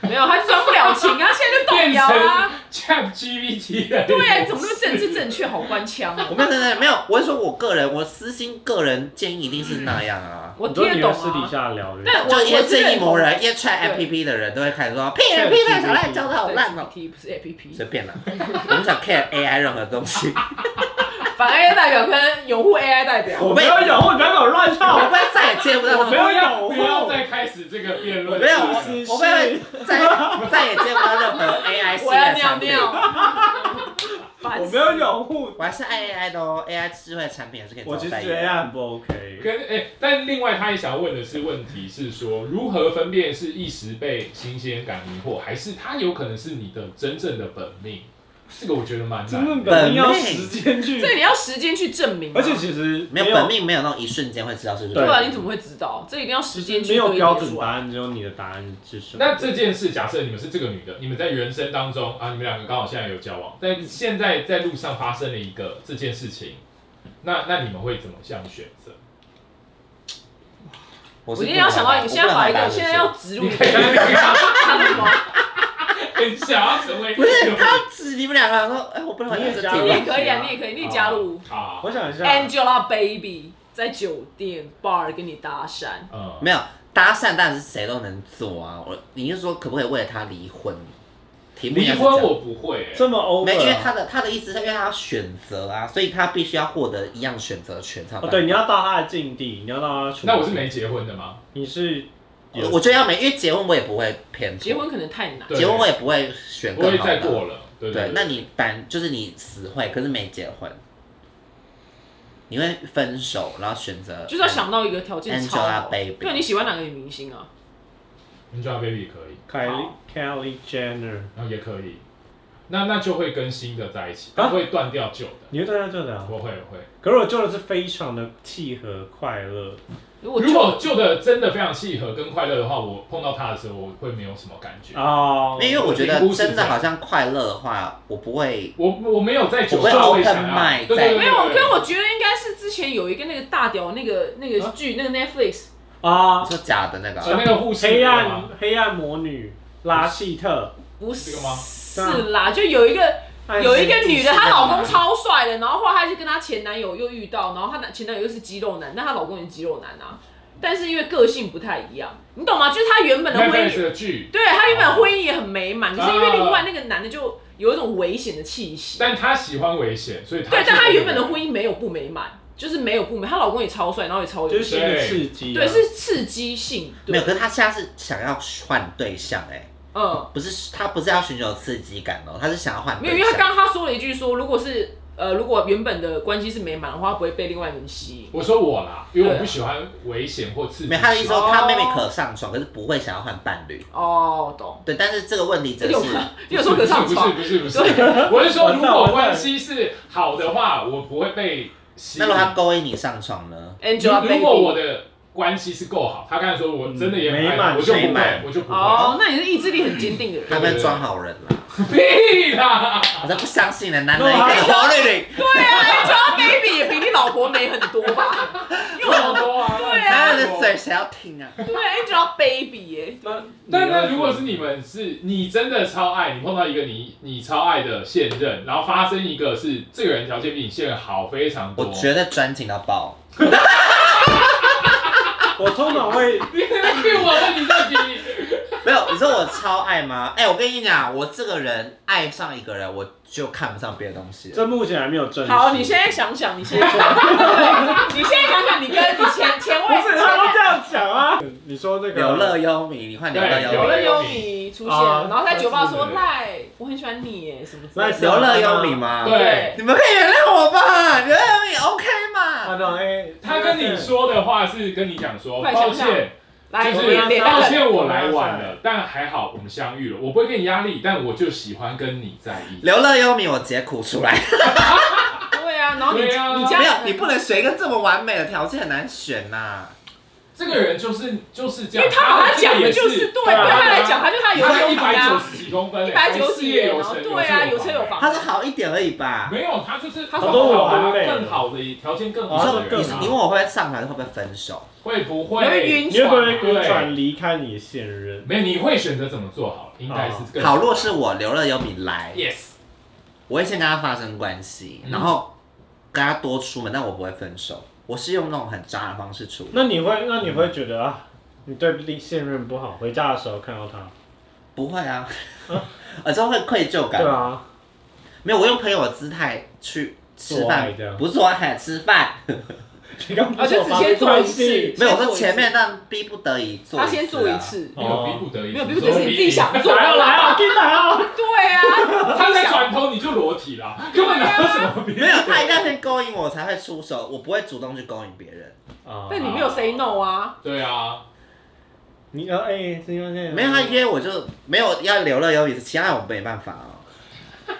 S3: 没有，他装不了情啊，现在就动摇啊。
S1: Chat GPT 的
S3: 对啊，怎么那么政治正确，好官腔啊！
S2: 我没 有，没有没有没有，我是说我个人，我私心个人建议一定是那样啊。
S3: 我
S4: 你说
S3: 听
S4: 你
S3: 得
S4: 们
S3: 懂
S4: 私底
S3: 啊。
S4: 下聊的，
S3: 但我
S2: 就一些
S3: 我是认
S2: 正义
S3: 同
S2: 魔人，一些 Chat
S3: 对
S2: APP 的人都会开始说屁人屁人，小赖教的好烂哦、
S3: T 不是 A P P，
S2: 随便啦，我不想 care AI 任何东西。
S3: 反 AI 代表跟拥护 AI 代表。
S4: 我没有有，你不要搞乱
S2: 我
S4: 套。
S2: 不会再也接不到
S4: 我
S2: 那
S1: 不
S2: 种，
S1: 要
S4: 没有
S1: 不要再开始这个辩论，
S2: 没有，
S1: 是
S2: 哦我
S1: 不是
S2: 我不会再再也接不到任何 AI 系
S3: 我要
S2: 的
S3: 尿
S2: 产品。
S3: 尿。烦
S4: 我
S3: 死
S4: 没有拥护。
S2: 我还是爱 AI 的哦，AI 智慧的产品还是可以找
S4: 我其实
S2: 代
S4: 觉得
S2: 言。
S4: AI 很不 OK。
S1: 跟哎、但另外他也想要问的是，问题是说如何分辨是一时被新鲜感迷惑，还是它有可能是你的真正的本命？这个我觉得蛮
S4: 真
S1: 难
S4: 正
S1: 的。
S4: 本命要时间去，
S3: 这个你要时间去证明啊、
S4: 而且其实
S2: 没有本命，没有那种一瞬间会知道是不是。
S4: 对
S3: 对啊，你怎么会知道？这一定要时间去
S4: 没有
S3: 堆叠
S4: 标准
S3: 出
S4: 答
S3: 来
S4: 案，只有你的答案是什么。
S1: 那这件事，假设你们是这个女的，你们在人生当中啊，你们两个刚好现在有交往，但现在在路上发生了一个这件事情，那那你们会怎么样选择？
S2: 我
S3: 我
S2: 是
S3: 一定要想到，你现在把一个，现在要植入
S1: 你
S3: 你
S1: 可
S3: 的
S1: 以
S3: 看什么？
S1: 很想要成为一
S2: 不是
S1: 个
S2: 他指你们两个，说哎，我不能玩
S4: 你也
S2: 这
S4: 加
S2: 题
S4: 入
S3: 你
S2: 了
S3: 也可以啊，你也可以，你也加入
S1: 好，
S4: 我想一下，
S1: 啊
S3: Angelababy 在酒店 bar 跟你搭讪，
S1: 嗯，
S2: 没有搭讪，但是谁都能做啊。我你是说可不可以为了他离婚？题目应
S1: 离
S2: 该是
S1: 婚
S2: 这样
S1: 我不会、欸，
S4: 这么 over，
S2: 没，因为
S4: 啊
S2: 他的他的意思是因为他要选择啊，所以他必须要获得一样选择权才有
S4: 哦
S2: 办法。
S4: 对，你要到他的境地，你要到他的处境
S1: 那我是没，结婚的吗？
S4: 你是
S2: 我我觉得要没，因为结婚我也不会偏颇
S3: 结婚可能太难。
S1: 对
S2: 结婚我也不会选
S1: 不
S2: 更
S1: 会
S2: 好
S1: 再
S2: 的。
S1: 过了，对不
S2: 对
S1: 对，？
S2: 那你反就是你死会，可是没结婚，你会分手，然后选择
S3: 就是要想到一个条件超好，
S2: Angelababy
S3: 对，你喜欢哪个女明星啊？
S1: Angelababy 可以，
S4: Kylie
S3: 好
S4: Kylie Jenner，
S1: 然后也可以，那那就会跟新的在一起，
S4: 啊
S1: 不会断掉旧的。
S4: 你会对他这的啊？
S1: 我会我会，
S4: 可是我救的是非常的契合快乐，
S3: 如果
S1: 如果旧的真的非常契合跟快乐的话，我碰到他的时候，我会没有什么感觉。
S4: 哦，
S2: 因为我觉得
S1: 评估是
S2: 真
S1: 这
S2: 的
S1: 样
S2: 好像快乐的话，我不会。
S1: 我我没有在酒
S2: 我会
S1: 社会
S2: open
S1: 想
S2: mind，
S1: 要，对对
S2: 在
S1: 对，
S3: 没有，
S1: 对
S3: 可是我觉得应该是之前有一个那个大屌那个那个
S4: 啊
S3: 剧，那个 Netflix
S4: 啊
S2: 你，说假的那个
S1: 呃
S2: 啊，
S1: 那个护士那
S4: 黑
S1: 个
S4: 暗
S1: 吗
S4: 黑暗魔女拉希特，
S3: 不
S1: 这个吗
S3: 是啦，就有一个有一个女的，她老公超帅的，然后后来她就跟她前男友又遇到，然后她男前男友又是肌肉男，那她老公也是肌肉男啊，但是因为个性不太一样，你懂吗？就是她原本的婚
S1: ，Netflix
S3: 姻，
S1: 的剧，
S3: 对她原本的婚姻也很美满，可
S1: 哦
S3: 是因为另外那个男的就有一种危险的气息，
S1: 但他喜欢危险，所以他
S3: 对，但她原本的婚
S1: 姻
S3: 姻没有不美满，就是没有不美，她老公也超帅，然后也超
S4: 就
S3: 有
S4: 是
S3: 钱，
S4: 新的刺激啊，
S3: 对，是刺激性，
S2: 没
S3: 对
S2: 有，，可是他现在是想要换对象哎、
S3: 嗯，
S2: 不是他不是要寻求刺激感哦，他是想要换
S3: 没
S2: 对
S3: 有，因
S2: 象。
S3: 为她刚刚她说了一句说，如果是呃，如果原本的关系是美满的话，她不会被另外一个人吸引。
S1: 我说我啦，因为我
S3: 对
S1: 不
S3: 啊
S1: 喜欢危险或刺激。
S2: 没有他的意思说
S3: 哦
S2: 他妹妹可上床，可是不会想要换伴侣。
S3: 哦，懂。
S2: 对，但是这个问题只
S3: 有
S2: 是
S3: 吗？你有说可上
S1: 不是
S3: 床？
S1: 不是不是，不是我是说如果关系是好的话，我不会被吸
S2: 那
S1: 引。
S2: 如果他勾引你上床呢？
S1: 如如果我
S3: Angelababy。
S1: 的关系是够好，他刚才说我真的也
S4: 美满
S1: 我就不
S2: 美
S1: 会
S2: 满，
S1: 我就不会。
S3: 哦，那你是意志力很坚定的
S2: 他
S3: 人。
S2: 们装好人啦，
S1: 屁 啦！
S2: 我才不相信呢，男人一定有黄绿绿。
S3: 对啊，Angelababy 也比你老婆美很多吧？
S1: 这么多啊！对
S2: 男人的嘴谁要听啊？
S3: 对，Angelababy 耶，
S4: 那
S1: 但那
S4: 你要
S1: 如果是你们是你真的超爱，你碰到一个你你超爱的现任，然后发生一个是这个人条件比你现任好非常多，
S2: 我觉得专情到爆，
S4: 我通常会
S1: 你在逼 我的你在逼，
S2: 没有？你说我超爱吗？哎、我跟你讲，我这个人爱上一个人，我就看不上别的东西 了。
S4: 这目前还没有证实。
S3: 好，你现在想想，你现在想想，对你现在想想，你跟你前前
S4: 不
S3: 位
S4: 是他都这样讲啊？ 你说那个
S2: 有乐优弥，你换有乐
S1: 对
S2: 优
S3: 有
S2: 弥，
S3: 了优米出现，
S4: 啊
S3: 然后在酒吧说
S1: 对
S3: 赖，我很喜欢你耶，什么之类
S4: 赖
S3: 的。
S4: 是
S2: 有乐优弥吗？
S1: 对
S2: 你们可以原谅我吧，有乐优弥 OK
S4: 他
S2: 嘛？
S4: 的哎，
S1: 他跟你说的话是跟你讲说，
S3: 快
S1: 抱
S3: 想象
S1: 歉，
S3: 来，
S1: 就
S3: 我
S1: 是
S3: 们脸
S1: 抱
S3: 蛋
S1: 歉我来晚了，但还好我们相遇了，我不会给你压力，但我就喜欢跟你在一起。
S2: 刘乐优弥，我直接哭出来。
S3: 对啊，然后你
S1: 对啊
S3: 你家
S2: 没有，你不能选一个这么完美的条件，很难选呐、
S1: 这个人就是就是这
S3: 因
S1: 样，
S3: 为他把他讲的就是对，对
S1: 对啊
S3: 他来讲，他就他
S1: 你
S3: 有
S1: 看
S3: 优
S1: 一
S3: 米啊
S1: 百九。十几公分，哎
S3: 一百九
S1: 事
S3: 十
S1: 业
S3: 元
S1: 有
S3: 哦
S1: 成，
S3: 对啊，有车有
S1: 房。
S3: 房，
S2: 他是好一点而已吧。
S1: 没有，他就是
S3: 他
S1: 更
S3: 说
S1: 好
S4: 我
S1: 啊，
S4: 累了
S1: 更好的条件更
S2: 你
S1: 好
S2: 说
S1: 的
S4: 更
S2: 你
S1: 人
S4: 好
S1: 啊
S2: 你问我会不会上台，会不会分手？
S1: 会不
S3: 你会
S1: 会？
S3: 晕
S4: 你会不
S3: 船
S4: 会
S3: 啊。
S4: 晕船离开你的现任？
S1: 没有，你会选择怎么做好？应该是更
S2: 好，若是我刘乐优弥来，
S1: yes，
S2: 我会先跟他发生关系，
S1: 嗯
S2: 然后跟他多出门，但我不会分手。我是用那种很渣的方式处理，
S4: 那你会那你会觉得啊，你对另现任不好，回家的时候看到他，
S2: 不 会啊，而且会愧疚感。
S4: 对 啊，
S2: 没有，我用朋友的姿态去吃
S4: 做爱
S2: 饭啊
S4: 这样，
S2: 不是做爱吃饭，
S4: 你刚
S3: 啊
S4: 不是
S3: 就
S4: 有
S3: 只
S4: 发
S3: 先
S4: 生
S3: 做一
S4: 关
S3: 次
S4: 系，
S2: 没有，
S3: 先做一
S2: 我是
S3: 次
S2: 前面但逼不得已做，啊
S3: 他先做一，次，
S1: 没有逼不得已，
S3: 哦没有逼不得已是你自己想做
S4: 来哦来
S1: 啊
S4: 哦，进来哦，
S3: 对啊，
S1: 他在船头你就裸体啦，根本没有什么逼。
S2: 没有，他一定要先勾引我才会出手，我不会主动去勾引别人，
S3: 但你没有 say no 啊，
S1: 对啊，
S4: 你呃哎，是因为
S3: 嗯
S2: 没有他约我就没有要留了有意思，其他我没办法哦，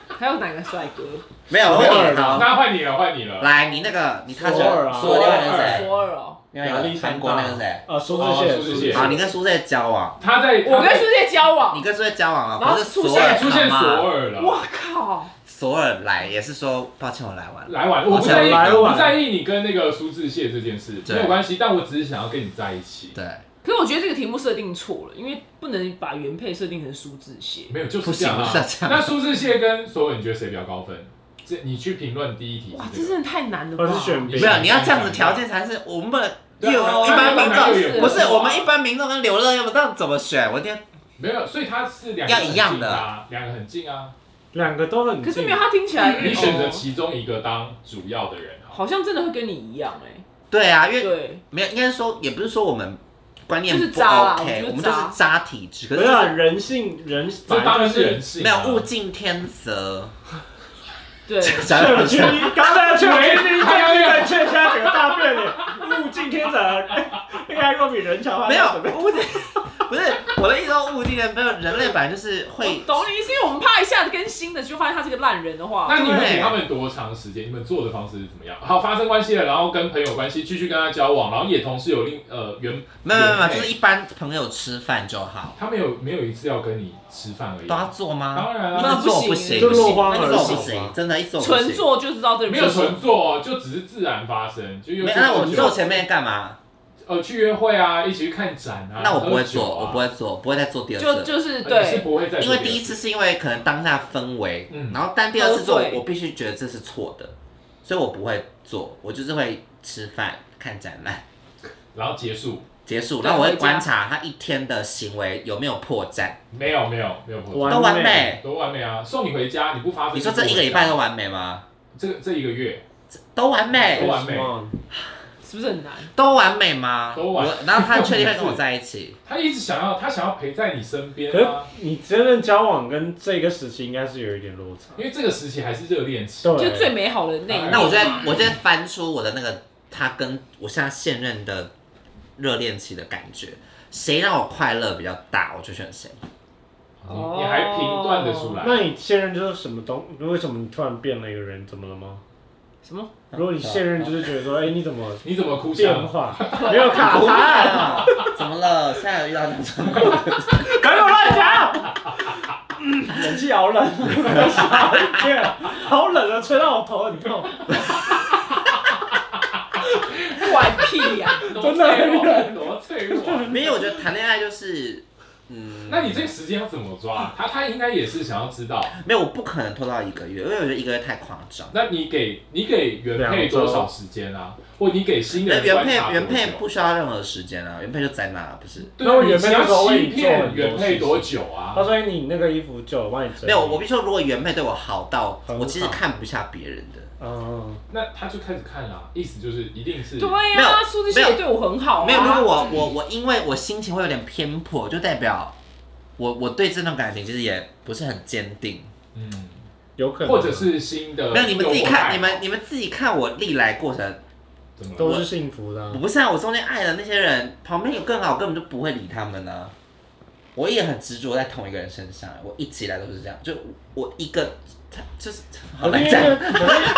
S3: 还有哪个帅哥？
S2: 没有，
S4: 偶
S2: 我
S4: 尔吧
S2: 好，
S1: 那换你了，换你了。
S2: 来你那个你看着
S4: 索尔啊
S2: 索尔另外一个是谁？
S3: 索尔哦，
S2: 另外一个韩国那个谁？
S4: 啊，苏
S1: 哦
S4: 志燮，
S1: 苏志燮
S2: 好，你跟苏轼交往，
S1: 他在
S3: 我跟
S1: 他
S3: 世界交往
S2: 你，跟苏轼交往
S3: 然
S2: 啊，
S3: 后
S2: 可是
S3: 出
S2: 索
S3: 现
S2: 尔
S1: 出现
S2: 他妈
S1: 索尔了，
S3: 我靠，
S2: 索尔来也是说抱歉我来晚了，
S1: 来晚，我不在意，
S4: 来晚
S1: 我不在意你跟那个苏志燮这件事
S2: 对
S1: 没有关系，但我只是想要跟你在一起。
S2: 对，
S3: 可是我觉得这个题目设定错了，因为不能把原配设定成苏志燮。
S1: 没有，就
S2: 不
S1: 是这
S2: 行
S1: 样啊。
S2: 不是这样
S1: 那苏志燮跟索尔，你觉得谁比较高分？这你去评论第一题
S3: 哇，
S1: 是
S3: 这
S1: 这个。
S3: 真的太难了吧
S4: 或？是选别
S2: 没有你要这样子条件才是我们不能。因为我一般民众
S1: 众
S2: 不是我们一般民众跟刘乐要不那怎么选？我一定
S1: 没有，所以他是两个
S2: 要
S1: 很
S2: 一样哦
S1: 近啊，两个很近啊。
S4: 两个都很近，
S3: 可是没有，他听起来
S1: 你选择
S3: 哦
S1: 其中一个当主要的人好，
S3: 好像真的会跟你一样哎，
S2: 对啊，因为
S3: 对，
S2: 没有，应该说也不是说我们观念
S3: 就是
S2: 不
S3: 渣啦
S2: OK，
S3: 我
S2: 我
S3: 们
S2: 们
S3: 就
S2: 就是
S3: 渣
S2: 是渣体质，可
S4: 不
S2: 是
S4: 是
S2: 就
S4: 啊
S2: 是
S4: 人性人，
S1: 这当然是人
S4: 性。
S1: 性啊。
S2: 没有物竞天择。
S3: 对，
S2: 小
S4: 确
S2: 友
S4: 确，刚才确
S1: 没
S4: 定，他要在确下整个大变脸，物竞天择，应该若比人强的话，
S2: 没有
S4: 准备
S2: 物竞，不是我的意思说物竞天择，人类本来就是
S3: 我
S2: 会
S3: 哦懂你意思，因为我们怕一下子跟新的就发现他是个烂人的话，
S1: 那你们
S2: 对
S1: 给他们多长时间？你们做的方式是怎么样？好，发生关系了，然后跟朋友关系继续跟他交往，然后也同时有另呃原
S2: 没有没有没有，
S1: 原配
S2: 就是一般朋友吃饭就好，
S1: 他没有没有一次要跟你吃饭而已
S2: 都要
S1: 啊，
S2: 做吗？
S1: 当然
S2: 一
S1: 啊，
S2: 直做我不
S3: 那
S2: 行，
S4: 就
S2: 不行
S4: 落荒
S2: 一直
S4: 而
S2: 做我
S4: 手
S2: 不行，
S4: 嘛。
S2: 真的，一直做我不
S3: 纯
S2: 行。
S3: 做就知道这人
S1: 没有
S3: 不是
S1: 纯做，哦就只是自然发生，就又
S2: 没
S1: 去
S2: 那我
S1: 喝
S2: 们
S1: 酒
S2: 坐前面干嘛？
S1: 呃去约会啊，一起去看展啊，
S2: 那我不会
S1: 喝酒
S2: 做，
S1: 啊
S2: 我不会做，不会再做第二次
S3: 就
S2: 了。
S3: 就是
S1: 呃你是
S3: 对，
S1: 不会再
S2: 因为第一次是因为可能当下氛围，
S1: 嗯
S2: 然后但第二次做
S3: 喝，醉
S2: 我必须觉得这是错的，所以我不会做，我就是会吃饭、看展览
S1: 然后结束，
S2: 结束，
S3: 对
S2: 然后我会
S3: 回家
S2: 观察他一天的行为有没有破绽，
S1: 没有没有没有破绽
S4: 完
S2: 都完
S4: 美
S2: 美。
S1: 多完美啊！送你回家，你不发生
S2: 你
S1: 就
S2: 说
S1: 不回家？
S2: 这一个礼拜都完美吗？
S1: 这个这一个月
S2: 都完
S1: 都
S2: 美，
S1: 完美
S3: 是不是很难？
S2: 都完美吗？
S1: 都完
S2: 我然后他确定会跟我在一起，
S1: 他一直想要，他想要陪在你身边
S4: 可是
S1: 啊，
S4: 你真正交往跟这个时期应该是有一点落差，
S1: 因为这个时期还是热恋期。
S4: 对，
S3: 就最美好的那一面
S2: 那我就会我就会翻出我的那个他跟我现在现任的热恋期的感觉，谁让我快乐比较大，我就选谁。
S1: 你你还评断得出来？
S4: 那你现任就是什么东？为什么你突然变了一个人？怎么了吗？
S3: 什么？
S4: 如果你现任就是觉得说，哎，你怎么
S1: 你怎么哭
S4: 变
S1: 相？
S4: 化？没有卡
S2: 好
S4: 痰，
S2: 啊！怎么了？现在有遇到这种
S4: 不要乱讲。冷气好嗯 冷，好冷啊，吹到我头很痛，
S3: 管屁呀！
S1: 多脆弱，多脆弱。
S2: 没有，我觉得谈恋爱就是，嗯，
S1: 那你这个时间要怎么抓？他他应该也是想要知道。
S2: 没有，我不可能拖到一个月，因为我觉得一个月太夸张。
S1: 那你给你给原配多少时间啊？或你给新
S2: 那
S1: 人
S2: 原
S1: 观
S2: 配
S1: 察
S2: 哎原
S1: 多
S2: 配
S1: 久？
S2: 不需要任何时间啊，原配就在那，不是？
S1: 对
S4: 那我
S1: 啊，
S4: 原
S1: 你
S4: 配
S1: 只
S4: 那时候
S1: 要
S4: 为你
S1: 欺骗
S4: 做
S1: 原
S4: 很多
S1: 配
S4: 事情
S1: 多久
S4: 他
S1: 啊？
S4: 说：“哎，你那个衣服旧，我帮你整理。”
S2: 没有，我必须说，如果原配对我好到，
S4: 很好
S2: 我其实看不下别人的。
S4: 嗯，
S1: 那他就开始看啦，意思就是一定是
S3: 对
S2: 没
S3: 呀，
S2: 有
S3: 苏志燮也对我很好啊。
S2: 哦没有，如果我我我因为我心情会有点偏颇，就代表我我对这段感情其实也不是很坚定。
S1: 嗯，
S4: 有可能，
S1: 或者是新的诱惑
S2: 没
S1: 爱
S2: 有，
S1: 好。
S2: 你们自己看，你们你们自己看我历来过程，
S1: 怎么了？
S4: 都是幸福的啊
S2: 我。不是啊，我中间爱的那些人，旁边有更好，我根本就不会理他们呢、我也很执着在同一个人身上，我一直以来都是这样，就我一个，他就是好
S4: 可是
S2: 难
S4: 因
S2: 讲。
S4: 为可是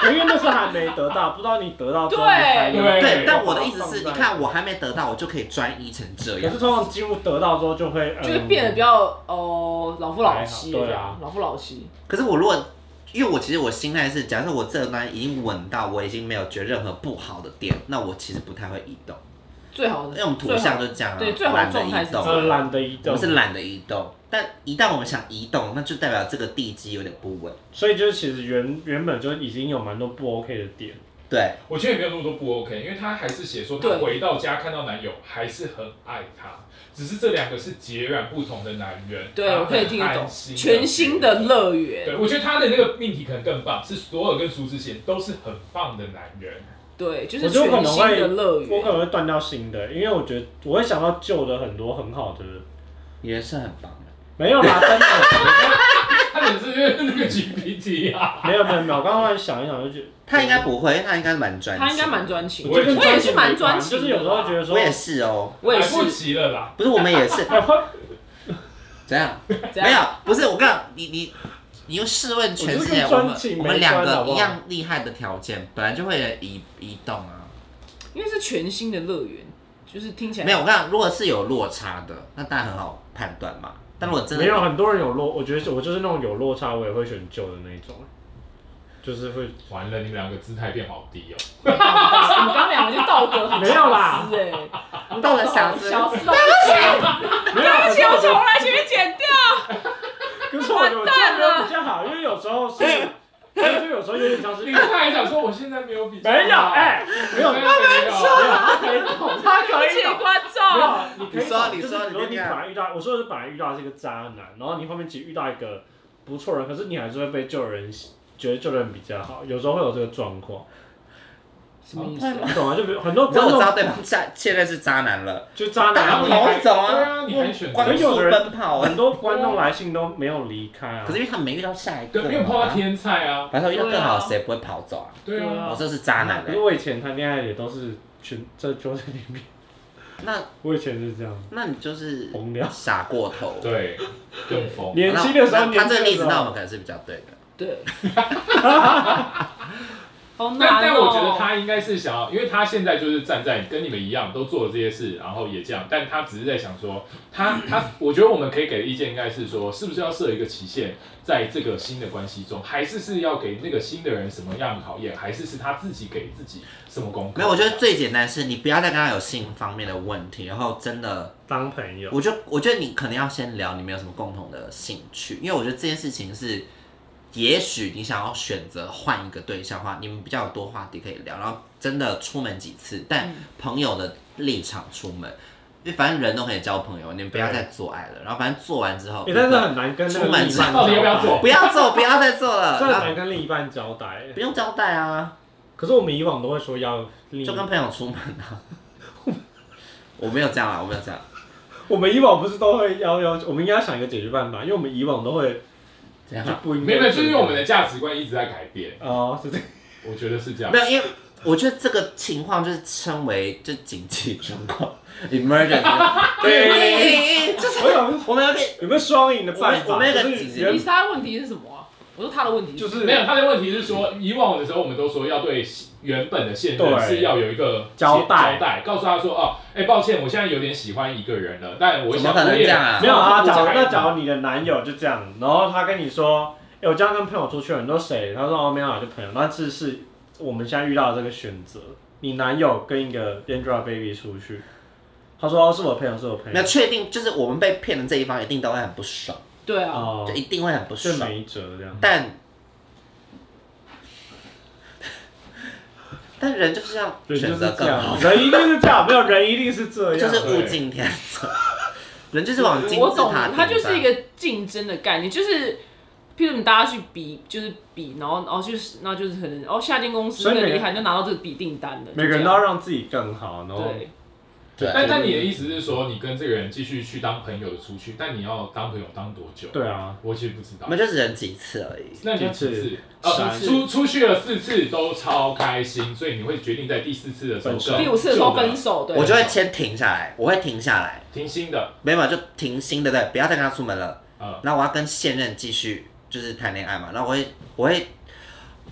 S4: 可是因为那时候还没得到，不知道你得到之后你才有
S1: 对
S2: 对，但我的
S4: 把它
S2: 意思是，
S4: 放在
S2: 你看我还没得到，我就可以专一成这
S4: 可
S2: 样
S4: 是。通常进入得到之后就会嗯
S3: 就会变得比
S4: 较
S3: 较哦老夫老妻
S4: 还好
S3: 这
S4: 对啊
S3: 样，老夫老妻。
S2: 可是我如果，因为我其实我心态是，假设我这段已经稳到，我已经没有觉得任何不好的点，那我其实不太会移动，
S3: 最好
S2: 因
S3: 的，
S2: 为我们图像就这样啊，
S3: 对最好的
S2: 懒得
S3: 状态
S2: 移
S3: 是
S2: 动
S3: 这
S4: 呃
S3: 样
S2: 啊。
S4: 懒得移
S2: 我
S4: 动，
S2: 们是懒得移动，但一旦我们想移动，那就代表这个地基有点不稳。
S4: 所以就是其实原原本就已经有蛮多不 OK 的点，
S2: 对，
S1: 我觉得也没有那么多不 OK，因为她还是写说她
S3: 对
S1: 回到家看到男友还是很爱他，只是这两个是截然不同的男人。
S3: 对
S1: 她
S3: 我可以
S1: 很
S3: 听得懂
S1: 安，心地
S3: 全新的乐园
S1: 对，。我觉得他的那个命题可能更棒，是所有跟苏志贤都是很棒的男人。
S3: 对，就是
S4: 我觉得
S3: 全
S4: 我可能
S3: 新
S4: 会
S3: 的乐
S4: 我可
S3: 园。
S4: 能会断掉新的，因为我觉得我会想到旧的很多很好的，
S2: 也是很棒的。
S4: 没有啦，真的
S1: 他只是那个 GPT 啊，
S4: 没有没有没有，我刚刚突然想一想就觉得，
S2: 他应该不会，他应该蛮专情。
S3: 他应该蛮专情的，
S1: 我也觉得
S3: 我也是蛮专
S4: 啊就
S3: 情的，
S4: 是有时候觉得哎说
S2: 我也是哦，
S3: 我也
S1: 来
S3: 是
S1: 不及了啦。
S2: 不是我们 也是
S4: 哎会
S2: 怎样？
S3: 这
S2: 没有
S3: 样，，
S2: 不是我跟你讲，你你你又试问全世界，
S4: 我就是
S2: 我
S4: 跟
S2: 们
S4: 专情
S2: 我
S4: 没
S2: 们两
S4: 关好
S2: 个
S4: 不好
S2: 一样厉害的条件，本来就会移移动啊。
S3: 因为是全新的乐园，就是听起来
S2: 没有，我跟你讲，如果是有落差的，那当然很好判断嘛。但如果真的
S4: 没有很多人有落，我觉得我就是那种有落差，我也会选旧的那种，就是会
S1: 完了，你们两个姿态变好低哦、
S3: 我们刚两个就道德很
S4: 没有啦
S3: 瑕疵哎，
S2: 到了小资，
S3: 小资，对不起，
S4: 没有
S3: 啊对不起，
S4: 可
S3: 我
S4: 是
S3: 重来，请你剪掉。
S4: 可是我有这样比较好，因为有时候是，
S2: 哎
S4: 因为就有时候有点像是
S1: 你他还想说我现在没有比较好
S4: 没有哎，没有
S1: 没
S4: 没
S1: 有啊
S4: 有，
S1: 没有，
S4: 他可以懂，他可
S3: 对不
S4: 以
S3: 起
S4: 懂。
S3: 观
S4: 没
S3: 众，
S4: 有，你可以
S2: 你说
S4: 懂
S2: 你
S4: 就是
S2: 说
S4: 比如说
S2: 你
S4: 你
S2: 那
S4: 本
S2: 个
S4: 来遇到，我说的是本来遇到是一个渣男，然后你后面其实遇到一个不错人，可是你还是会被旧人觉得旧人比较好，有时候会有这个状况，
S3: 什么意思啊？
S4: 你懂吗？就比如很多
S2: 你知道
S4: 观
S2: 我知道
S4: 众
S2: 对方下现在是渣男了，
S4: 就渣男，然
S2: 大
S4: 后
S2: 跑
S4: 你还
S2: 走
S1: 对
S2: 啊，
S1: 啊你还选择
S2: 光速奔跑啊
S4: 很。多观众来信都没有离开啊
S2: 可。是因为他没遇到下一个
S1: 对，
S2: 嘛，
S1: 没有碰到天菜啊，
S2: 反正遇到更好的
S3: 对啊
S2: 谁不会跑走啊？
S1: 对
S4: 对
S1: 啊
S4: 啊，
S2: 我这是渣男欸
S4: 可
S2: 嘞
S4: 是。我以前谈恋爱也都是全在桌子里面，
S2: 那
S4: 我以前是这样
S2: 那你就是
S4: 红聊。
S2: 傻过头。
S1: 对，更疯。
S4: 年轻的时候，
S2: 那他这个
S4: 年轻的时
S2: 例子，
S4: 候
S2: 那我们可能是比较对的。
S3: 对，好
S1: 但
S3: 难
S1: 但
S3: 哦。
S1: 我觉得他应该是想要，因为他现在就是站在跟你们一样，都做了这些事，然后也这样，但他只是在想说，他他，我觉得我们可以给的意见应该是说，是不是要设一个期限，在这个新的关系中，还是是要给那个新的人什么样的考验，还是是他自己给自己什么功课？
S2: 没有，我觉得最简单是你不要再跟他有性方面的问题，然后真的，
S4: 当朋友，
S2: 我觉得我觉得你可能要先聊你们有什么共同的兴趣，因为我觉得这件事情是，也许你想要选择换一个对象的话，你们比较有多话题可以聊，然后真的出门几次，
S4: 嗯
S2: 但朋友的立场出门，因为反正人都可以交朋友，你们不要再做爱了，然后反正做完之后，
S4: 欸但是很难跟那个
S2: 出门
S4: 另一半交
S2: 前
S1: 到底要不要
S4: 代
S1: 做
S2: 不要做，不要再做 了，
S4: 这很
S2: 然后
S4: 难跟另一半交代。
S2: 不用交代啊。
S4: 可是我们以往都会说要另一
S2: 就，跟朋友出门 啊。我没有这样啊啦，我没有这样。
S4: 我们以往不是都会要要，我们应该想一个解决办法，因为我们以往都会就
S2: 这样
S4: 不应该。
S1: 没有，没有，就是因为我们的价值观一直在改变，
S4: 哦，是这样。
S1: 我觉得是这样
S2: 没。有，因为我觉得这个情况就是称为就紧急状况 （emergency）。
S4: 对，
S2: 对，就是
S4: 我有
S2: 我们有点
S4: 有没有双赢的办法？
S2: 我们我们那个
S4: 就是
S2: 姐姐
S4: 原
S3: 你是他的问题是什么啊？我说他的问题
S4: 就是是
S1: 没有，他的问题是说，以往的时候我们都说要对原本的现任
S4: 对
S1: 是要有一个
S4: 交代
S1: 交代，告诉他说哦，哎、抱歉，我现在有点喜欢一个人了，但我
S2: 怎么
S1: 想
S2: 可
S1: 我
S2: 能这
S1: 也
S2: 样啊
S4: 没？有啊，
S1: 我讲
S4: 假如
S1: 一
S4: 那
S1: 个
S4: 假如你的男友就这样，然后他跟你说，哎、我今天跟朋友出去了，你说谁？他说哦，没有啊，就朋友。那这是我们现在遇到的这个选择，你男友跟一个 Angelababy 出去，他说哦，是我朋友，是我朋
S2: 那
S4: 友，
S2: 确定就是我们被骗的这一方一定都会很不爽，
S3: 对啊，
S4: 哦
S2: 就，一定会很不
S4: 就
S2: 爽。
S4: 没辙这样。
S2: 但但人就是要
S4: 人就
S2: 选
S4: 是
S2: 择
S4: 这
S2: 更好
S4: 样，，人一定是这样，没有人一定是这
S2: 就
S4: 样。
S2: 是物竞天择。人就是往金字塔
S3: 我懂啊
S2: 顶，
S3: 它就是
S2: 端
S3: 一个竞争的概念，就是譬如你大家去比，就是比，然后然后就是那就是可能哦，下间公司
S4: 所以每
S3: 更
S4: 个
S3: 厉害，就拿到这个比订单了，
S4: 每个人
S3: 就
S4: 都
S3: 这
S4: 要
S3: 样
S4: 让自己更好，然后
S3: 对，
S2: 对
S1: 但但你的意思是说，你跟这个人继续去当朋友的出去，但你要当朋友当多久？
S4: 对，啊，
S1: 我其实不知道
S2: 我。们就只能几次而已。
S1: 那你有几
S4: 几
S1: 次
S4: 次？
S1: 呃，
S4: 三
S1: 出出去了四次都超开心，所以你会决定在第四次的时候
S4: 分手
S1: 跟
S3: 第五次的时候分
S1: 旧
S3: 手，对，
S2: 我就会先停下来，我会停下来，
S1: 停薪的，
S2: 没有就停薪，对不对？不要再跟他出门了。
S4: 嗯
S1: 呃，
S2: 然后我要跟现任继续就是谈恋爱嘛。然后我会我会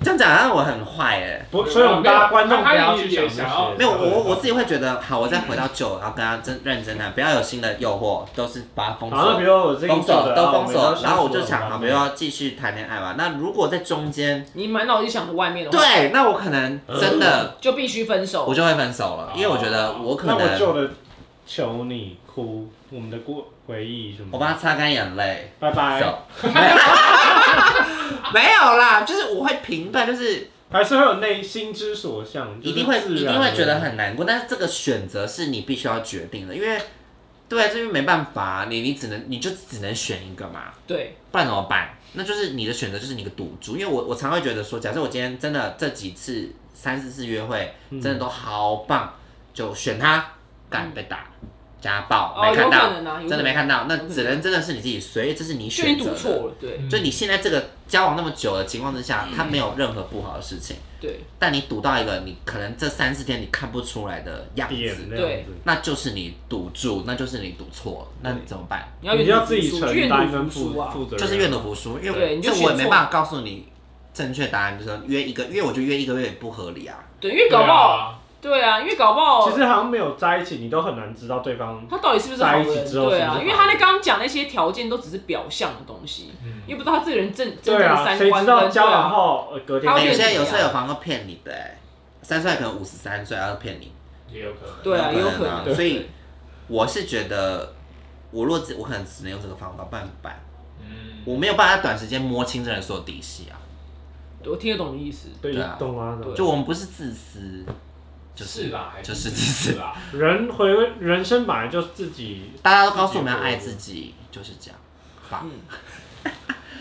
S2: 这样讲，好像我很坏哎、
S4: 不，所以我们大家观众不要去想
S1: 他也想要
S4: 这
S2: 没
S4: 些。
S2: 有，我我自己会觉得，好，我再回到旧，然后跟他真认真谈，不要有新的诱惑，都是把他封
S4: 好，那比
S2: 锁，
S4: 如我这个
S2: 封锁
S4: 哦啊
S2: 都封锁。然后我就想，
S4: 想，嗯
S2: 好，比如要继续谈恋爱嘛。那如果在中间，
S3: 你满脑子想着外面的话，
S4: 啊
S2: 对，那我可能真的
S3: 就必须分手
S2: 我。就会分手了，因为我觉得我
S4: 嗯
S2: 可
S4: 那我
S2: 能
S4: 旧的求你哭，我们的过回忆什么？
S2: 我帮他擦干眼泪。
S4: 拜拜。
S2: 走， 没有，没有啦，就是我会评断，就是
S4: 还是会有内心之所向，就是
S3: 啊
S2: 一定会
S4: 自
S2: 一
S4: 然
S2: 定会觉得很难过，但是这个选择是你必须要决定的，因为对，这就没办法，啊你你只能你就只能选一个嘛，
S3: 对，
S2: 不然怎么办？那就是你的选择，就是你的赌注。因为我我常会觉得说，假设我今天真的这几次三四次约会
S3: 嗯
S2: 真的都好棒，就选他，干被打，家暴
S3: 哦
S2: 没看
S3: 有
S2: 到
S3: 可能啊有可，能
S2: 真的没看到，那
S3: 有可能
S2: 只能真的是你自己随意，这是你
S3: 就你
S2: 选
S3: 赌
S2: 择
S3: 错
S2: 的。
S3: 了，嗯对
S2: 就你现在这个交往那么久的情况之下，他没有任何不好的事情，
S3: 对
S2: 但你赌到一个你可能这三四天你看不出来的样
S4: 点
S2: 子，
S4: 那样子。
S2: 那就是你赌注，那就是你赌错了，那
S3: 对
S2: 怎么办？
S3: 你要
S4: 你
S3: 愿
S4: 要
S3: 赌
S4: 自己
S3: 服输
S4: 承担
S3: 愿赌
S4: 跟
S3: 服
S4: 负
S3: 输啊，
S4: 负责任，
S2: 就是愿赌服输，因
S3: 对
S2: 为
S3: 你就
S2: 这我也
S3: 选
S2: 没
S3: 错
S2: 办法告诉你正确答案，就是说约一个月我就约一个月也不合理啊。
S3: 对，因为搞不好，对啊，因为搞不好
S4: 其实好像没有在一起，你都很难知道对方
S3: 他到底是不是好
S4: 在一
S3: 人，
S4: 起之后
S3: 对
S4: 是不
S3: 啊，
S4: 是
S3: 因为他那刚刚讲那些条件都只是表象的东西，
S1: 嗯
S3: 又不知道他这个人正真正
S4: 对
S3: 的
S4: 啊，
S3: 三
S4: 谁
S3: 观
S4: 知
S3: 跟
S4: 道
S3: 对
S4: 交往
S3: 啊，
S4: 后呃隔天
S3: 他会
S2: 有
S3: 变
S2: 些
S3: 成
S2: 有
S3: 怎
S2: 时候
S3: 样
S2: 有房客骗你的、欸，三岁可能五十三岁，然后骗你，
S1: 也有可能。
S3: 对啊，
S2: 有
S3: 有
S2: 可
S3: 可
S2: 能啊
S3: 能，
S2: 所以我是觉得，我若只我可能只能用这个方法，不然怎么办？
S1: 嗯，
S2: 我没有办法在短时间摸清这人所有底细啊。
S3: 我听得懂你意思，
S4: 对
S2: 对啊
S4: 懂啊，懂
S3: 对
S2: 就我们不是自私，就是
S1: 是啦，还
S2: 就是自
S1: 是
S2: 私。
S1: 啦。
S4: 人回归人生本来就自己
S2: 大家都告诉我们要爱自己，就是这样。吧。
S3: 嗯，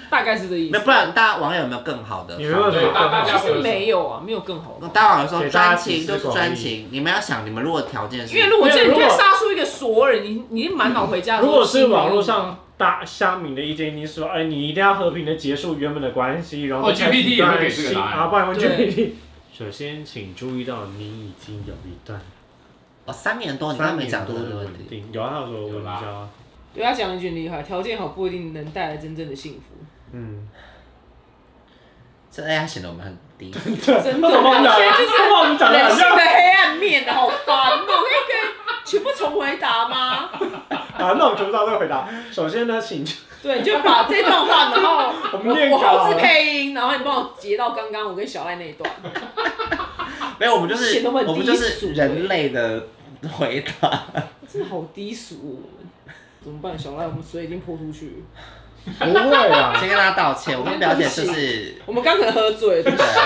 S3: 大概是这意
S2: 那
S3: 思，
S2: 不然大家网友有没有更好的
S4: 你
S2: 方
S4: 没
S1: 对
S4: 有什么
S2: 法？
S1: 大大
S3: 其
S1: 家
S3: 实没有啊，没有更好
S2: 那
S3: 的。
S2: 大家网友说
S4: 给大家
S2: 专情
S4: 集思
S2: 就是
S4: 广益
S2: 专情，你们要想，你们如果条件是
S3: 因为如果这
S4: 没有
S3: 你
S4: 如果
S3: 可以杀出一个所有人，你你满脑回家的时
S4: 如
S3: 候。
S4: 果是
S3: 心里
S4: 网络上大乡民的意见，你说哎，你一定要和平的结束原本的关系，然后
S1: 哦 GPT 也会给这个
S4: 新
S1: 答案
S4: 啊，不然问
S3: 对
S4: GPT。首先，请注意到你已经有一段
S2: 哦三年多，你刚
S4: 三
S2: 刚没
S4: 年
S2: 讲
S4: 多
S2: 过这
S4: 的
S2: 个问
S4: 稳
S2: 题，
S4: 定，有啊，他有说
S1: 有
S4: 稳
S1: 啦
S4: 交，
S3: 对他讲的一句很厉害，条件好不一定能带来真正的幸福。
S4: 嗯，
S2: 这 AI 显得我们很低。
S3: 真
S4: 他怎
S3: 的，
S4: 么讲的？
S3: 现在就是
S4: 他怎么讲的？
S3: 人
S4: 好
S3: 性的
S4: 像
S3: 黑暗面的，好烦 哦！可以可以全部重回答吗？
S4: 啊，那我们全部到这个回答。首先呢，请
S3: 对，你就把这段话，然后
S4: 我们念
S3: 我
S4: 稿啊
S3: 我后置配音，然后你帮我截到刚刚我跟小赖那一段。
S2: 没有，我们就是
S3: 显得我们
S2: 我
S3: 很
S2: 们
S3: 低
S2: 就是
S3: 俗
S2: 人类的回答。
S3: 真的好低俗哦，我们怎么办？小赖，我们水已经泼出去，
S4: 不会啊，
S2: 先跟大家道歉，我跟表姐就是，
S3: 我们刚可能喝醉了。
S2: 对，啊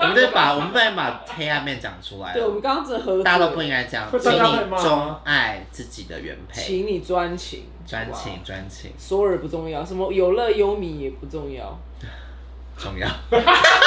S2: 我们就把我们不能把黑暗面讲出来
S3: 对，我们
S2: 了，
S3: 刚刚真的喝醉了。
S2: 大家都不应该这样，
S4: 会
S2: 请
S4: 大家会
S2: 你
S4: 骂
S2: 钟爱自己的原配，
S3: 请你专情，
S2: 专
S3: 好不好
S2: 情专情
S3: 所有人不重要，什么有乐优米也不重要。
S2: 重要。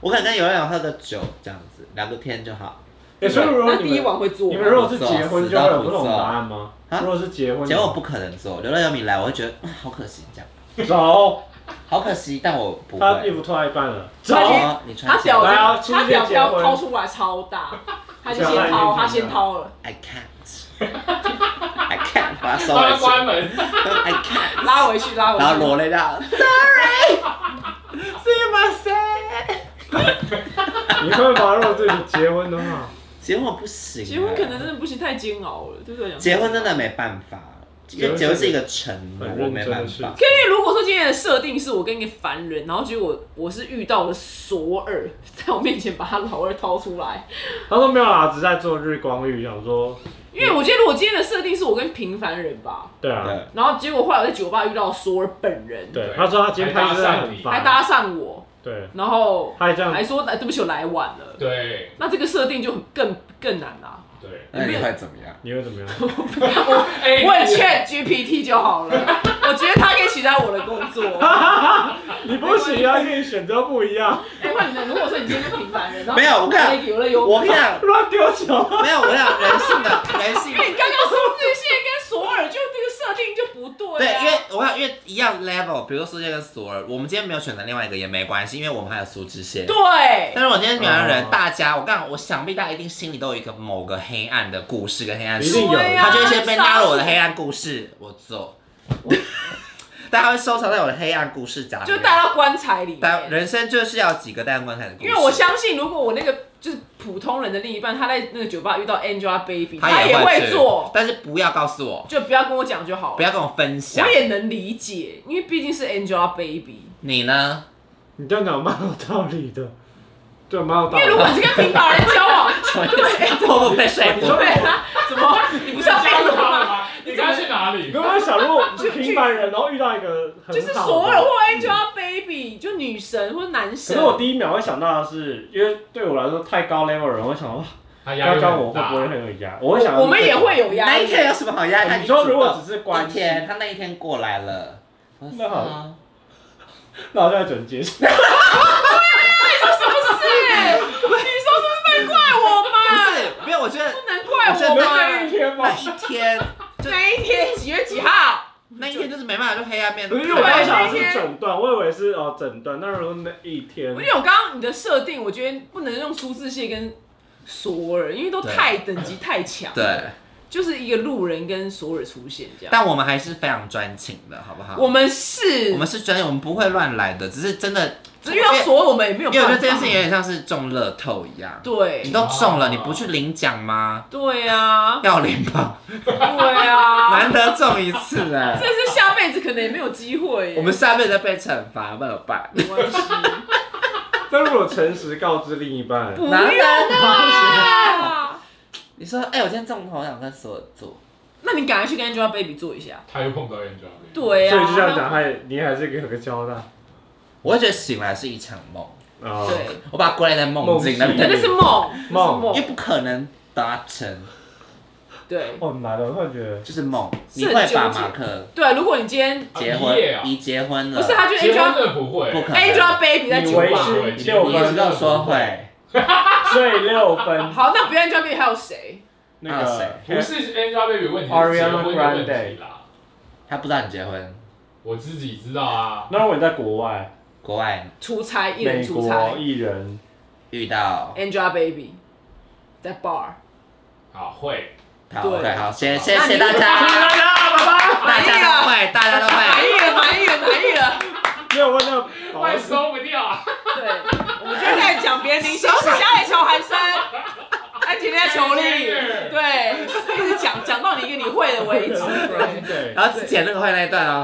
S2: 我可能跟有人有喝个酒这样子，聊个天就好。
S4: 欸所以如果
S3: 那第
S4: 你
S3: 一
S4: 们
S3: 晚会做吗
S4: 你们如果是结婚，就会有不同答案吗？
S2: 啊
S4: 如果是结婚，
S2: 结果我不可能做，流浪游民来，我会觉得、嗯好可惜，这样
S4: 走，
S2: 好可惜，但我不
S4: 他衣服
S2: 会。
S4: 脱到一半了，走
S3: 他
S2: 什
S3: 先
S2: 么你穿
S3: 他
S2: 起来
S3: 表
S4: 来啊
S3: 情，
S4: 情
S3: 他
S4: 人节
S3: 表情
S4: 结
S3: 要
S4: 婚
S3: 掏出来超大， 他就
S4: 小赖
S3: 先掏，
S4: 面
S3: 他
S4: 前
S3: 先
S4: 的
S3: 掏了，
S2: I can't，I can't，把它收
S1: 帮
S2: 回
S1: 他
S2: 去。
S1: 关门，
S2: I can't，
S3: 拉回去，拉回去。
S2: 然后罗泪到，Sorry，是吗？
S4: 你会吗？如果自己结婚的话，
S2: 结婚不行、啊
S3: 结婚可能真的不行，太煎熬了，对不对？
S2: 结婚真的没办法，因为结婚是一个承诺，
S4: 很
S2: 我没
S4: 认真
S2: 办
S4: 的事
S2: 法。
S4: 情。
S3: 因为如果 说今天的设定是我跟一个凡人，然后结果我是遇到了索尔，在我面前把他老二掏出 来，
S4: 他说没有啦，只是在做日光浴，想说，
S3: 因为我觉得如果今天的设定是我跟平凡人吧，
S4: 对啊，
S2: 对，
S3: 然后结果后来我在酒吧遇到索尔本人，
S4: 对，他说他今天拍摄得很
S3: 还
S4: 烦，
S3: 搭讪我，
S4: 对，
S3: 然后
S4: 他还这样
S3: 还，说哎对不起我来晚了，
S1: 对
S3: 那这个设定就很更更难啊啦、
S1: 对。
S2: 那你会怎么样？
S4: 你会怎 么样？
S1: 哎
S3: 我也 Chat GPT 就好了， 我觉得它可以取代我的工作。
S4: 你不行啊，跟你选择不一样，
S3: 哎、换你呢？如果说你今天是平凡人，然后
S2: 没有我看
S3: 哎有了有，
S2: 我跟你讲，
S4: 乱丢球。
S2: 没有，我跟你讲人性的人性
S3: 因。为你刚刚说这些跟索尔就这个设定就不对、
S2: 对，
S3: 啊，
S2: 因为我想，因为一样 level，比如说苏界跟索尔，我们今天没有选择另外一个也没关系，因为我们还有苏志燮。
S3: 对
S2: 但是我今天平常人，
S4: 哦
S2: 大家，我刚我想必大家一定心里都有一个某个黑暗的故事跟黑暗
S4: 一
S2: 事
S4: 定有
S3: 对啊
S2: 他就会先被纳入我的黑
S3: 杀
S2: 暗故事，我走， 但他会收藏在我的黑暗故事夹里
S3: 死，
S2: 面。
S3: 啊就带到棺材里
S2: 但
S3: 面。
S2: 人生就是要几个蛋棺材的故事。
S3: 因为我相信，如果我那个就是普通人的另一半，他在那个酒吧遇到 Angelababy，
S2: 他
S3: 也
S2: 会
S3: 会
S2: 去
S3: 做，
S2: 但是不要告诉我，
S3: 就不要跟我讲就好
S2: 不
S3: 了。
S2: 要跟我分享
S3: 我。也能理解，因为毕竟是 Angelababy。
S2: 你呢？
S4: 你这样讲蛮有道理的，对，蛮有道
S3: 因为
S4: 理
S3: 如果
S4: 的。
S3: 你是跟平凡人交 往，对，
S2: 我不被说服。
S3: 对啊，怎么你不是要被
S1: 你
S3: 辱
S1: 刚
S3: 吗？
S1: 吗？你刚去哪里
S4: 你？有没有想，如果是平凡人，然后遇到一个 很
S3: 就是
S4: 好的
S3: 索尔或 Angelababy，就女神或男
S4: 可
S3: 神
S4: 是。我第一秒会想到的是，因为对我来说太高 level 的人，我会想到哇，
S1: 他压
S4: 刚
S1: 力
S4: 刚
S1: 很
S4: 我会不会
S1: 大。
S4: 很有压？我会想，
S3: 我们也会。有压
S2: 那一
S3: 力。
S2: 天有什么好压力？
S4: 你说如果
S2: 是
S4: 只是关
S2: 一
S4: 系，
S2: 天，他那一天过来了，我说
S4: 那好
S2: 啊
S4: 那我就要准结束。
S3: 什么事？你说是不是在怪我
S2: 不
S3: 嘛？
S2: 是没有，我觉得
S3: 不能怪我
S4: 我们那一
S3: 嘛。
S4: 天吧
S2: 那。一天就
S3: 那一天几月几号？
S2: 那一天就是没办法，就黑暗面。
S4: 可是我刚想的
S3: 对那天
S4: 是诊断，我以为是哦诊断。那如果那一天
S3: 因，为我刚刚你的设定，我觉得不能用苏志燮跟索尔，因为都太等级太强。，
S2: 对，
S3: 就是一个路人跟索尔出现这样。
S2: 但我们还是非常专情的，好不好？
S3: 我们是，
S2: 啊我们是专业，我们不会乱来的，只是真的，
S3: 只是遇到索尔，我们也没有
S2: 因为
S3: 办
S2: 我
S3: 法。
S2: 觉得这件事情有点像是中乐透一样，你
S3: 对，
S2: 都中了，
S1: 哦
S2: 你不去领奖吗？
S3: 对啊，
S2: 要领吧，
S3: 对啊，
S2: 难得中一次哎、
S3: 这是下辈子可能也没有机会耶。
S2: 我们下辈子被惩罚，没有办。
S3: 没关系，
S4: 那如果诚实告知另一半，
S3: 不
S2: 难
S3: 用啊。
S2: 你说，哎、我今天中头想跟所有做，
S3: 那你赶快去跟 Angelababy 做一下。
S1: 他又碰到 Angelababy，
S3: 对啊，
S4: 所以就这样讲，他也你还是给有个交代。
S2: 我会觉得醒来是一场梦，
S4: 哦，
S3: 对，
S2: 我把它归类在梦境那
S4: 梦境
S3: 那
S2: 边，
S3: 那是梦，那是
S2: 因为
S4: 梦
S2: 不可能达成，
S3: 对
S4: 哦，难了，我突然觉得
S2: 就是梦。你
S3: 是很
S2: 会把
S3: 纠结
S2: 马克
S3: 对，啊如果你今天
S2: 结
S1: 啊
S2: 婚
S1: 你也，啊
S2: 你结婚了，
S3: 不是，他就
S1: 结婚
S3: Angel
S1: 真的不会，
S2: 不可能
S3: Angelababy 在
S4: 你
S3: 酒
S4: 为
S3: 吧。
S4: 是
S1: 你
S4: 六
S2: 你知
S4: 分，
S2: 道说会，
S4: 最六 分。
S3: 好，那不要 Angelababy 还有谁？
S4: 那
S2: 那谁
S4: 个
S1: 不是 Angelababy 问题，是结
S4: Ariana
S1: 婚的问题啦。
S2: 他不知道你结婚，
S1: 我自己知道啊，
S4: 那如果你在国外，
S2: 国外
S3: 出差，一人
S4: 美
S3: 出
S4: 国
S3: 差
S4: 艺人，
S2: 遇到。
S3: 哎，Angelababy 在 bar。
S1: 好会，
S2: 好
S3: 对
S2: ，OK，好，谢谢
S3: 那
S2: 谢
S3: 你
S2: 谢大
S3: 谢谢
S2: 家，
S4: 大家拜拜。
S2: 大家都会，大家都
S3: 满
S2: 会。
S3: 意了，满意了，满意了。
S4: 没有问到保
S1: 快
S4: 安，
S1: 收不掉啊！
S3: 对，我们今天开始讲别人明星，下来求韩生，啊安吉丽娜裘丽，对，一直讲讲到你一个你会的为止。对
S4: 对。
S2: 然后只剪那个会那一段哦。